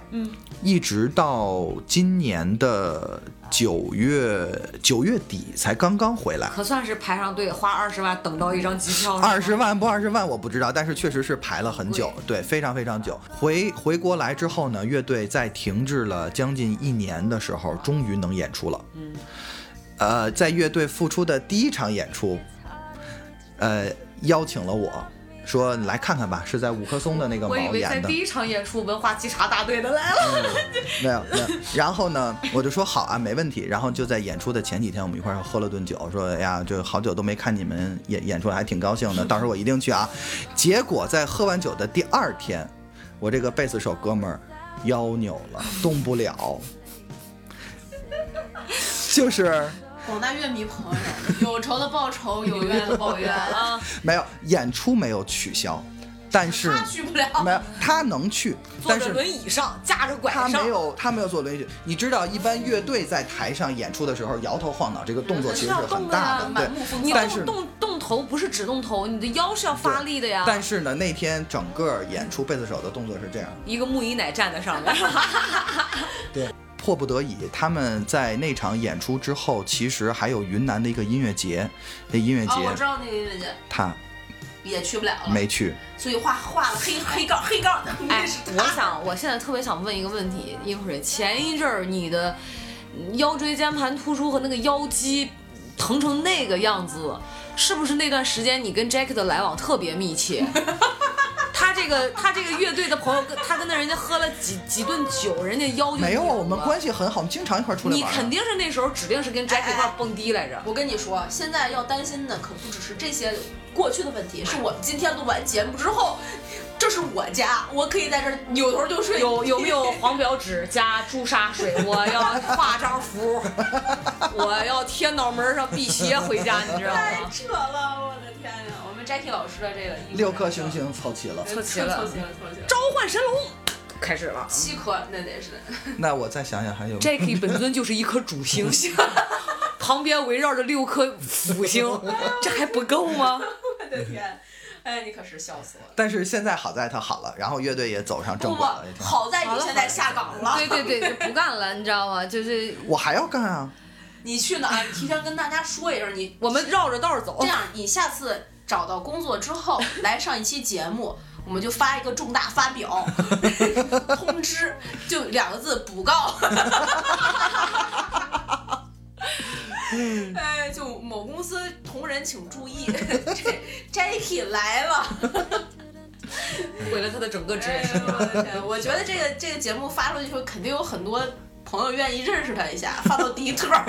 一直到今年的九月九月底才刚刚回来。
可算是排上队，花二十万等到一张机票。
二十万不二十万我不知道，但是确实是排了很久，对，非常非常久。回回国来之后呢，乐队在停滞了将近一年的时候，终于能演出了。嗯，呃，在乐队复出的第一场演出，呃，邀请了我说你来看看吧，是在五棵松的那个
我
毛
以为在
演的
第。一场演出，文化稽查大队的来了。
没有没有。然后呢，我就说好啊，没问题。然后就在演出的前几天，我们一块儿喝了顿酒，说哎呀，就好久都没看你们演演出了，还挺高兴的。 [LAUGHS] 到时候我一定去啊。结果在喝完酒的第二天，我这个贝斯手哥们儿腰扭了，动不了，就是。
广大乐迷朋友，有仇的报仇，有怨的报 [LAUGHS] 怨啊！
没有演出没有取消，但是
他去不了
没有他能去，
坐
嗯但
着
是
轮椅上，架着拐
他
上，
没有，他没有做轮椅去。你知道，一般乐队在台上演出的时候，摇头晃脑这个动作其实是很大的，
嗯
对
满目风。
你
但是
动，动动头不是只动头，你的腰是要发力的呀。
但是呢，那天整个演出贝斯手的动作是这样的。
一个木椅奶站在上
[LAUGHS]
面，
迫不得已，他们在那场演出之后，其实还有云南的一个音乐节，那音乐
哦，我知
节
道那个音乐节
他
也去不了了，
没去。
所以画画了黑黑杠黑杠的，
哎
那是，
我想，我现在特别想问一个问题，一会儿前一阵儿你的腰椎间盘突出和那个腰肌疼成那个样子，是不是那段时间你跟 Jack 的来往特别密
[LAUGHS]
切？他这个他这个乐队的朋友跟，他跟那人家喝了几几顿酒，人家腰就
没有啊，
扭
我们
了
关系很好，我们经常一块儿出来
嗯你
玩啊。
肯定是那时候指定是跟 Jack 一块儿蹦迪来着。
我跟你说，现在要担心的可不只是这些过去的问题，是我们今天录完节目之后，这是我家，我可以在这儿扭头就睡。
有有没有黄表纸加朱砂水？ [LAUGHS] 我要画张符，我要贴脑门上辟邪回家，你知道
太
吗？
扯了，我的天呀！我们 Jackie 老师的这个 [LAUGHS]
六颗星星凑齐了。
凑齐了
凑齐了，凑齐了。
召唤神龙，开始了。
七颗那得是。
那我再想想还有
Jacky [LAUGHS] 本尊就是一颗主星， [LAUGHS] 旁边围绕着六颗辅 [LAUGHS] 星，这还不够吗？
我 [LAUGHS] 的天，哎，你可是笑死我了。
但是现在好在他好了，然后乐队也走上正
不
轨了，也挺
不，
好。
好在你现在下岗
[LAUGHS]
了。
对对对，就不干了，你知道吗？就是
我还要干啊！
你去哪儿？你提前跟大家说一声，你
我们绕着道儿走
这。样，你下次找到工作之后来上一期节目，我们就发一个重大发表 [LAUGHS] 通知，就两个字补告。 [LAUGHS] 哎，就某公司同仁请注意 [LAUGHS] 这，Jacky 来了。
毁了他的整个职业
哎
生
呦我的 [LAUGHS] 天！我觉得这个这个节目发出去之后，肯定有很多朋友愿意认识他一下，发到迪特儿，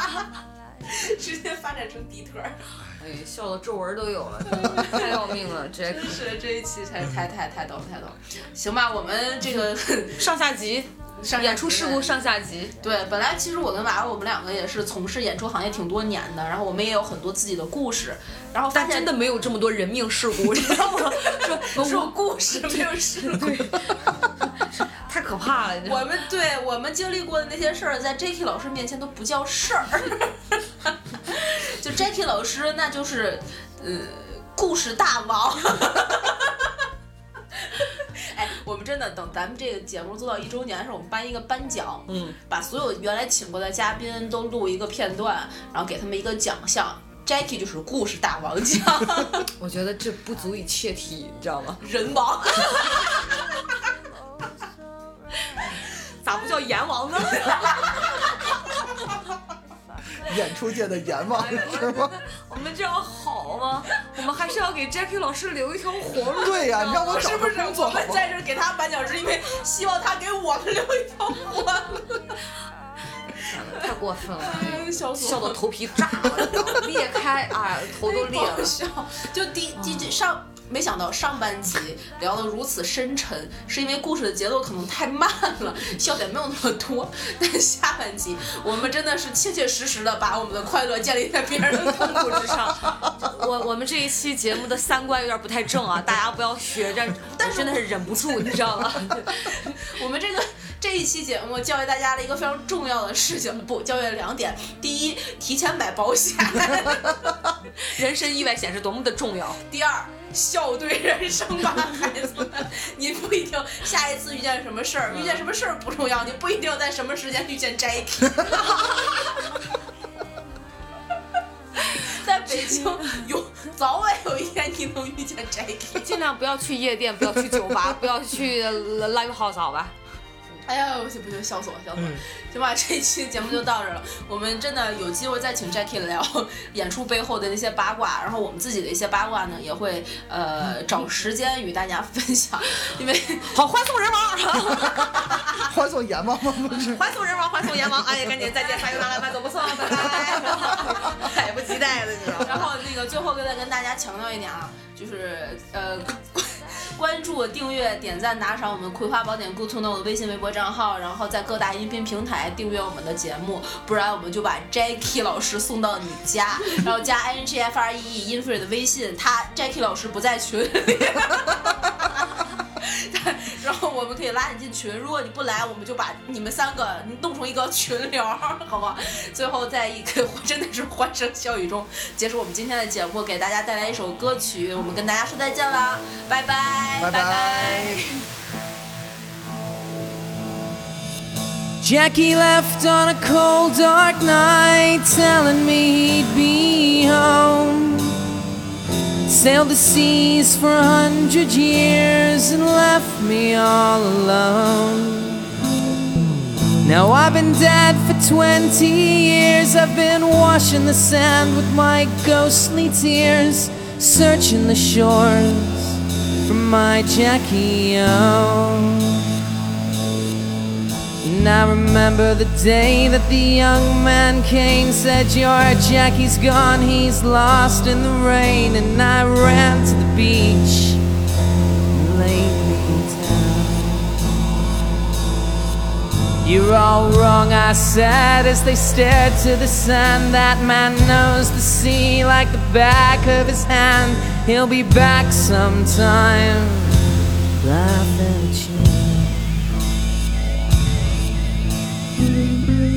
[LAUGHS] 直接发展成迪特儿。
哎，笑的皱纹都有了，真的太要命了
真
！Jacky
是这一期才太太太逗太逗，行吧，我们这个 [LAUGHS]
上下集
上
演出事故。上下集，
对，本来其实我跟娃娃我们两个也是从事演出行业挺多年的，然后我们也有很多自己的故事，然后发
但
现
真的没有这么多人命事 [LAUGHS] 故，你知道吗？说
只有故事没有事故。
太可怕了，你知道
[LAUGHS] 我
吗
们对我们经历过的那些事儿，在 Jacky 老师面前都不叫事儿。 [LAUGHS] 就 Jacky 老师，那就是呃，故事大王。 [LAUGHS] 哎，我们真的等咱们这个节目做到一周年的时候，我们颁一个颁奖，
嗯，
把所有原来请过的嘉宾都录一个片段，然后给他们一个奖项。Jacky 就是故事大王奖，
我觉得这不足以切题，你知道吗？
人王。
咋不叫阎王呢？ [LAUGHS]
演出界的阎王是吗？
我们这样好吗？我们还是要给 Jacky 老师留一条活路。
对呀、你让我找
是不
个
是
工
[LAUGHS] [LAUGHS] 我
作好
们
不好？
在这儿给他颁奖，是因为希望他给我们留一条活路？
太过分了，
哎笑死
笑到头皮炸了，裂开，哎，头都裂了嗯
爆。笑。就第第第上，没想到上半集聊得如此深沉，是因为故事的节奏可能太慢了，笑点没有那么多。但下半集我们真的是切切实实的把我们的快乐建立在别人的痛苦之上。
[LAUGHS] 我我们这一期节目的三观有点不太正 [LAUGHS] 啊，大家不要学着，但真的是忍不住，你知道吗？
我们这个这一期节目教育大家了一个非常重要的事情，不，教育了两点：第一，提前买保险。
[LAUGHS] 人身意外险是多么的重要。
第二，笑对人生吧，孩子们，你不一定下一次遇见什么事儿，遇见什么事儿不重要，你不一定在什么时间遇见 Jacky。在北京有早晚有一天你能遇见 Jacky。
尽量不要去夜店，不要去酒 [LAUGHS] 吧，不要去 live house，好吧？
哎呀，不行不行，笑死我，笑死我！行吧，这一期节目就到这儿了。我们真的有机会再请 Jacky 聊演出背后的那些八卦，然后我们自己的一些八卦呢，也会呃找时间与大家分享，因为。
好，欢送人王，
欢送阎王吗？不是，
欢送人王，欢送阎王，哎呀，赶紧再见，撒由那拉慢走不送，拜 [LAUGHS] 拜，迫不及待了，你知道吗？
然后那个最后再跟大家强调一点啊，就是呃。关注、订阅、点赞、打赏我们《葵花宝典 Good to Know》的微信、微博账号，然后在各大音频平台订阅我们的节目，不然我们就把 Jacky 老师送到你家，然后加 I N G F R E E Infree 的微信，他 Jacky 老师不在群里，然后我们可以拉你进群，如果你不来，我们就把你们三个弄成一个群聊，好吗？最后在一个 [LAUGHS] 真的是欢声笑语中结束我们今天的节目，给大家带来一首歌曲，我们跟大家说再见啦，拜拜，
拜
拜
拜。
Jackie left on a cold, dark night, telling me he'd be home. Sailed the seas for a hundred years and left me all alone. Now I've been dead for 20 years, I've been washing the sand with my ghostly tears, searching the shores for my Jackie O. And I remember the day that the young man came, said, Your Jackie's gone, he's lost in the rain. And I ran to the beach and laid me down. You're all wrong, I said, as they stared to the sun. That man knows the sea like the back of his hand. He'll be back sometime laugh at you.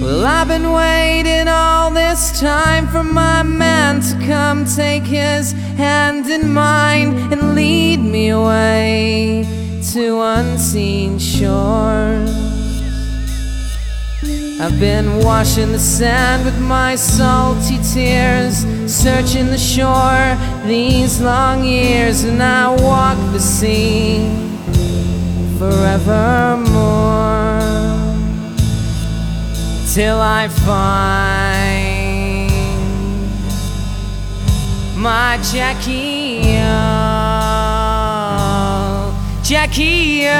Well, I've been waiting all this time for my man to come take his hand in mine and lead me away to unseen shores. I've been washing the sand with my salty tears, searching the shore these long years, and I walk the sea forevermore till I find my Jackie O, Jackie O,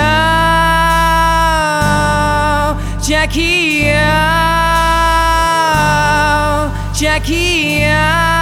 Jackie O, Jackie O.